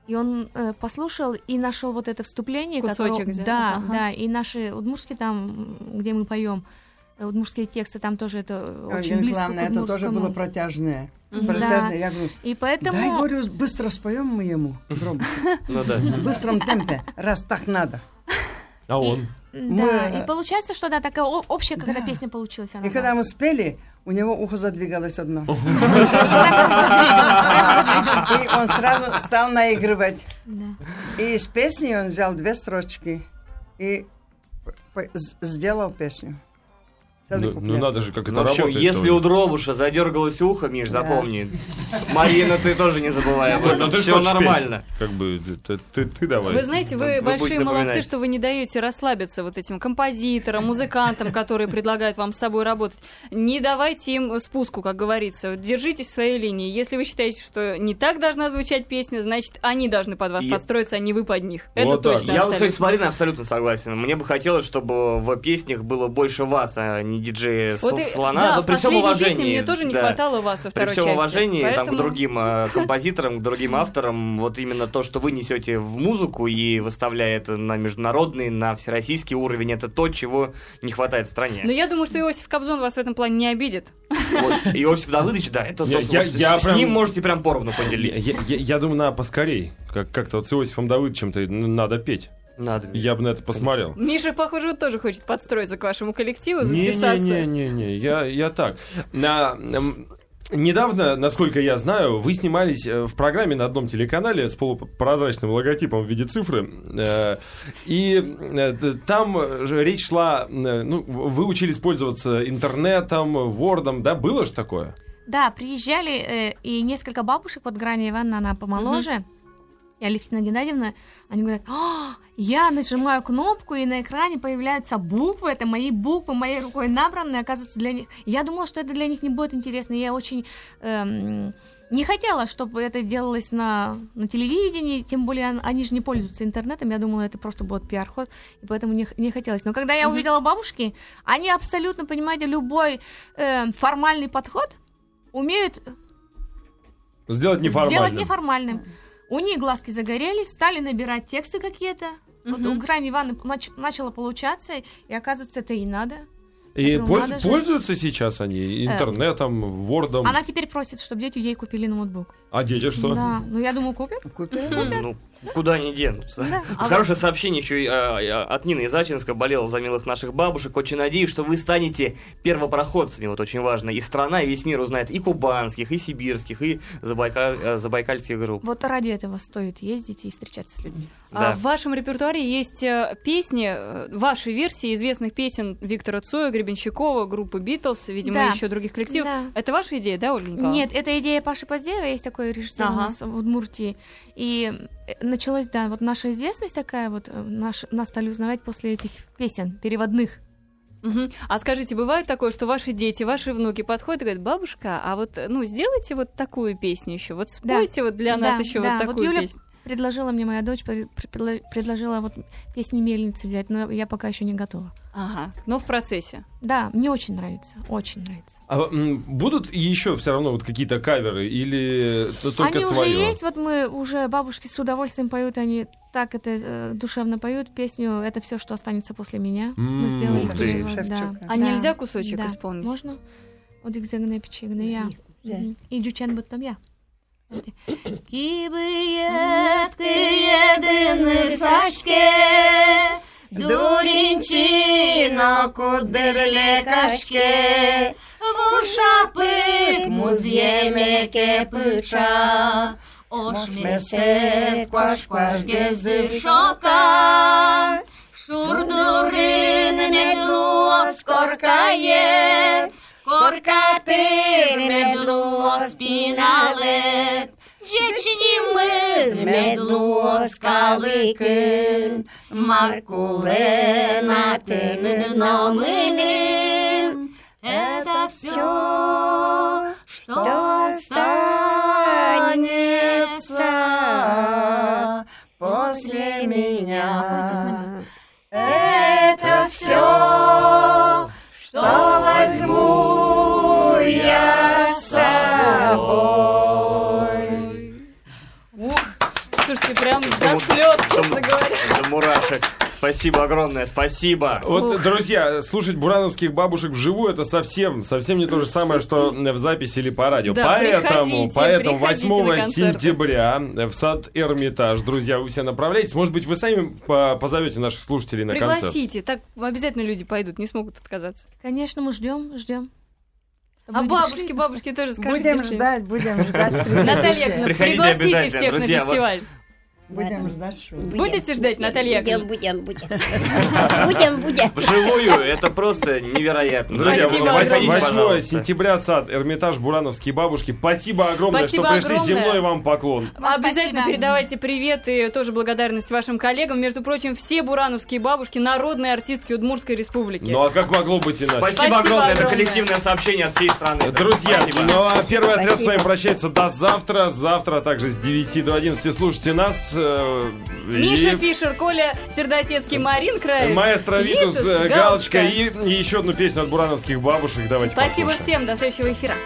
[SPEAKER 4] И он э, послушал и нашел вот это вступление, которое-
[SPEAKER 3] Кусочек взял,
[SPEAKER 4] да,
[SPEAKER 3] ага.
[SPEAKER 4] да, и наши удмуртские там, м, где мы поем, удмуртские Э, тексты там тоже это э, очень
[SPEAKER 5] Галина
[SPEAKER 4] близко к
[SPEAKER 5] Николаевна, это тоже
[SPEAKER 4] удмуртскому.
[SPEAKER 5] было протяжное.
[SPEAKER 3] Мгм.
[SPEAKER 4] Да.
[SPEAKER 5] Протяжное, я говорю,
[SPEAKER 4] И поэтому
[SPEAKER 5] дай, говорю, быстро споем мы ему, Дрому,
[SPEAKER 2] Ну да.
[SPEAKER 5] в быстром темпе, раз так надо.
[SPEAKER 1] А он?
[SPEAKER 4] Да,
[SPEAKER 5] Мы-
[SPEAKER 4] и получается, что да, такая о- общая какая-то
[SPEAKER 5] Да.
[SPEAKER 4] песня получилась. Она,
[SPEAKER 5] И когда мы спели, у него ухо задвигалось одно. <laughs> И он сразу стал наигрывать.
[SPEAKER 4] да.
[SPEAKER 5] И из песни он взял две строчки и п- з- сделал песню. Целый
[SPEAKER 1] Ну, ну
[SPEAKER 5] куплет.
[SPEAKER 1] надо же, как это
[SPEAKER 2] Ну, в общем,
[SPEAKER 1] работает.
[SPEAKER 2] если
[SPEAKER 1] тоже.
[SPEAKER 2] у Дробуша задергалось ухо, Миш,
[SPEAKER 5] Да.
[SPEAKER 2] запомни. Марина, ты тоже не забывай об
[SPEAKER 1] Ну,
[SPEAKER 2] этом.
[SPEAKER 1] ты ж
[SPEAKER 2] Все
[SPEAKER 1] хочешь
[SPEAKER 2] нормально.
[SPEAKER 1] петь. Как бы, ты, ты- ты давай.
[SPEAKER 3] Вы знаете, вы,
[SPEAKER 2] Вы
[SPEAKER 3] большие
[SPEAKER 2] будете
[SPEAKER 3] молодцы,
[SPEAKER 2] напоминать.
[SPEAKER 3] что вы не даете расслабиться вот этим композиторам, музыкантам, которые предлагают вам с собой работать. Не давайте им спуску, как говорится. Вот Держитесь в своей линии. Если вы считаете, что не так должна звучать песня, значит, они должны под вас
[SPEAKER 2] И-
[SPEAKER 3] подстроиться, а не вы под них.
[SPEAKER 1] Вот
[SPEAKER 3] Это
[SPEAKER 1] так.
[SPEAKER 3] точно.
[SPEAKER 2] Я вот,
[SPEAKER 3] абсолютно.
[SPEAKER 2] кстати, с Мариной абсолютно согласен. Мне бы хотелось, чтобы в песнях было больше вас, а не диджея
[SPEAKER 3] Вот и-
[SPEAKER 2] со- слона.
[SPEAKER 3] да,
[SPEAKER 2] но
[SPEAKER 3] в
[SPEAKER 2] при всем
[SPEAKER 3] последней
[SPEAKER 2] уважении.
[SPEAKER 3] песне мне тоже не
[SPEAKER 2] да.
[SPEAKER 3] хватало вас во
[SPEAKER 2] При
[SPEAKER 3] второй
[SPEAKER 2] всем
[SPEAKER 3] части.
[SPEAKER 2] уважении там,
[SPEAKER 3] Поэтому-
[SPEAKER 2] к другим
[SPEAKER 3] <laughs>
[SPEAKER 2] э, композиторам, к другим авторам, вот именно то, что вы несете в музыку и выставляя это на международный, на всероссийский уровень, это то, чего не хватает стране.
[SPEAKER 3] Но Ну, я думаю, что Иосиф Кобзон вас в этом плане не обидит.
[SPEAKER 2] <laughs> Вот. Иосиф Давыдович, да, это
[SPEAKER 1] Я-
[SPEAKER 2] то, что
[SPEAKER 1] я-
[SPEAKER 2] вот
[SPEAKER 1] я
[SPEAKER 2] с
[SPEAKER 1] прям-
[SPEAKER 2] ним можете прям поровну
[SPEAKER 1] Я,
[SPEAKER 2] поделить.
[SPEAKER 1] я- я- я думаю, надо поскорей. Как- Как-то вот с Иосифом Давыдовичем-то н- надо петь.
[SPEAKER 2] Надо.
[SPEAKER 1] Я бы на это посмотрел.
[SPEAKER 3] Миша, похоже, вот тоже хочет подстроиться к вашему коллективу, затесаться.
[SPEAKER 1] Не-не-не, я, я так. На, м, недавно, насколько я знаю, вы снимались э, в программе на одном телеканале с полупрозрачным логотипом в виде цифры. э, И э, т- там же речь шла, э, ну, в- вы учились пользоваться интернетом, Word, да, было же такое?
[SPEAKER 4] Да, приезжали э, и несколько бабушек, вот Грани Ивановна, она помоложе, и Алевтина Геннадьевна, они говорят, «А, я нажимаю кнопку, и на экране появляются буквы, это мои буквы, моей рукой набранные, оказывается, для них... Я думала, что это для них не будет интересно, я очень... эм, не хотела, чтобы это делалось на, на телевидении, тем более он- они же не пользуются интернетом, я думала, это просто будет пиар-ход, и поэтому не, х- не хотелось. Но когда я
[SPEAKER 3] Мгм.
[SPEAKER 4] увидела бабушки, они абсолютно, понимаете, любой эм, формальный подход умеют
[SPEAKER 1] Сделать неформально.
[SPEAKER 4] сделать неформальным. У них глазки загорелись, стали набирать тексты какие-то. Вот
[SPEAKER 3] Мгм.
[SPEAKER 4] у Грани Ивановны нач- начало получаться, и оказывается, это и надо.
[SPEAKER 1] И
[SPEAKER 4] Ну,
[SPEAKER 1] польз-
[SPEAKER 4] надо же. Э.
[SPEAKER 1] пользуются сейчас они интернетом, Word.
[SPEAKER 4] Она теперь просит, чтобы дети ей купили ноутбук.
[SPEAKER 1] А дети что?
[SPEAKER 4] Да, ну я думаю, купят.
[SPEAKER 5] Купил.
[SPEAKER 2] Ну, куда они денутся?
[SPEAKER 4] Да.
[SPEAKER 2] Вот
[SPEAKER 4] А вот-
[SPEAKER 2] Хорошее сообщение еще и, а, и, а, от Нины из Ачинска. Болела за милых наших бабушек. Очень надеюсь, что вы станете первопроходцами. Вот очень важно. И страна, и весь мир узнает и кубанских, и сибирских, и забайка- э, забайкальских групп.
[SPEAKER 4] Вот ради этого стоит ездить и встречаться с людьми.
[SPEAKER 3] А
[SPEAKER 2] Да.
[SPEAKER 3] в вашем репертуаре есть э, песни, э, ваши версии известных песен Виктора Цоя, Гребенщикова, группы Битлз, видимо,
[SPEAKER 4] Да.
[SPEAKER 3] еще других коллективов.
[SPEAKER 4] Да.
[SPEAKER 3] Это ваша идея, да, Ольга Николаевна?
[SPEAKER 4] Нет, это идея Паши Поздеева, есть такой режиссер
[SPEAKER 3] Ага.
[SPEAKER 4] у нас в Удмуртии. И э, началась, да, вот наша известность такая, вот э, наш, нас стали узнавать после этих песен переводных.
[SPEAKER 3] Мгм. А скажите, бывает такое, что ваши дети, ваши внуки подходят и говорят, бабушка, а вот, ну, сделайте вот такую песню еще, вот спойте вот для
[SPEAKER 4] Да,
[SPEAKER 3] нас еще
[SPEAKER 4] да.
[SPEAKER 3] вот
[SPEAKER 4] Вот
[SPEAKER 3] такую
[SPEAKER 4] Юля
[SPEAKER 3] песню.
[SPEAKER 4] Предложила мне моя дочь, пре- предла- предложила вот песни мельницы взять, но я пока еще не готова.
[SPEAKER 3] Ага, но в процессе.
[SPEAKER 4] Да, мне очень нравится, очень нравится.
[SPEAKER 1] А, м, будут еще все равно вот какие-то каверы или т- только
[SPEAKER 4] они
[SPEAKER 1] свое?
[SPEAKER 4] уже есть, вот мы уже бабушки с удовольствием поют, они так это э, душевно поют песню. Это все, что останется после меня. Мы
[SPEAKER 1] М,
[SPEAKER 4] сделали
[SPEAKER 2] ух
[SPEAKER 4] такой
[SPEAKER 2] ты.
[SPEAKER 4] перевод, да.
[SPEAKER 5] Шевчука.
[SPEAKER 3] А
[SPEAKER 4] Да.
[SPEAKER 3] нельзя кусочек
[SPEAKER 4] Да.
[SPEAKER 3] исполнить?
[SPEAKER 4] Можно? Вот их загнепичи, гная.
[SPEAKER 6] Да.
[SPEAKER 4] Мгм. И джучен будто я.
[SPEAKER 7] Кибыетки едини сашке, Дурінчино кудирле кашке, Вуша пик музємеке пича, Ош месет кваш кваш гези шока, Шурдурин медлу оскоркає, Коркатир медлу спіналет, Дечні ми з медлу оскаликин, Маркулена ти номиним, Это все, что останется
[SPEAKER 5] после меня.
[SPEAKER 7] Это все, что возьму я с собой.
[SPEAKER 3] Ух, слушайте, прям до слез, честно говоря.
[SPEAKER 2] Это мурашек. Спасибо огромное, спасибо.
[SPEAKER 1] Вот, друзья, слушать бурановских бабушек вживую это совсем, совсем не то же самое, что в записи или по радио.
[SPEAKER 3] Да,
[SPEAKER 1] поэтому,
[SPEAKER 3] приходите,
[SPEAKER 1] поэтому
[SPEAKER 3] приходите
[SPEAKER 1] 8
[SPEAKER 3] на концерты.
[SPEAKER 1] сентября в сад Эрмитаж, друзья, вы все направляетесь. Может быть, вы сами по- позовете наших слушателей на концерт.
[SPEAKER 3] Пригласите, так обязательно люди пойдут, не смогут отказаться.
[SPEAKER 4] Конечно, мы ждем, ждем.
[SPEAKER 3] А бабушки, бабушки тоже скажите.
[SPEAKER 5] Будем
[SPEAKER 3] что-нибудь.
[SPEAKER 5] ждать, будем
[SPEAKER 3] <laughs>
[SPEAKER 5] ждать.
[SPEAKER 3] Наталья, Яковлевна,
[SPEAKER 2] Приходите
[SPEAKER 3] пригласите
[SPEAKER 2] обязательно,
[SPEAKER 3] всех на
[SPEAKER 2] друзья, вот.
[SPEAKER 3] фестиваль.
[SPEAKER 5] Будем ждать шоу.
[SPEAKER 3] Будете ждать, Наталья
[SPEAKER 6] Будем, будем, будем. <laughs> Будем, будем.
[SPEAKER 2] Вживую это просто невероятно.
[SPEAKER 1] Друзья,
[SPEAKER 3] Спасибо
[SPEAKER 1] вот
[SPEAKER 3] огромное.
[SPEAKER 1] 8,
[SPEAKER 2] пожалуйста.
[SPEAKER 1] сентября сад Эрмитаж, Бурановские бабушки. Спасибо огромное,
[SPEAKER 3] Спасибо
[SPEAKER 1] что пришли.
[SPEAKER 3] огромное.
[SPEAKER 1] Земной вам поклон.
[SPEAKER 7] Вам
[SPEAKER 3] Обязательно
[SPEAKER 7] спасибо.
[SPEAKER 3] передавайте привет и тоже благодарность вашим коллегам. Между прочим, все бурановские бабушки народные артистки Удмуртской республики.
[SPEAKER 1] Ну а как могло быть иначе?
[SPEAKER 2] Спасибо огромное. Это
[SPEAKER 3] огромное.
[SPEAKER 2] коллективное сообщение от всей страны.
[SPEAKER 1] Друзья,
[SPEAKER 2] Спасибо.
[SPEAKER 1] ну а первый отряд
[SPEAKER 6] Спасибо.
[SPEAKER 1] с вами прощается до завтра. Завтра а также с 9 до 11 слушайте нас. э,
[SPEAKER 3] Миша
[SPEAKER 1] и
[SPEAKER 3] Фишер, Коля Сердотецкий, Марин Краев.
[SPEAKER 1] Маэстро Витус, э,
[SPEAKER 3] Галочка.
[SPEAKER 1] Галочка и, и еще одну песню от бурановских бабушек. Давайте
[SPEAKER 3] Спасибо
[SPEAKER 1] послушаем.
[SPEAKER 3] всем, до следующего эфира.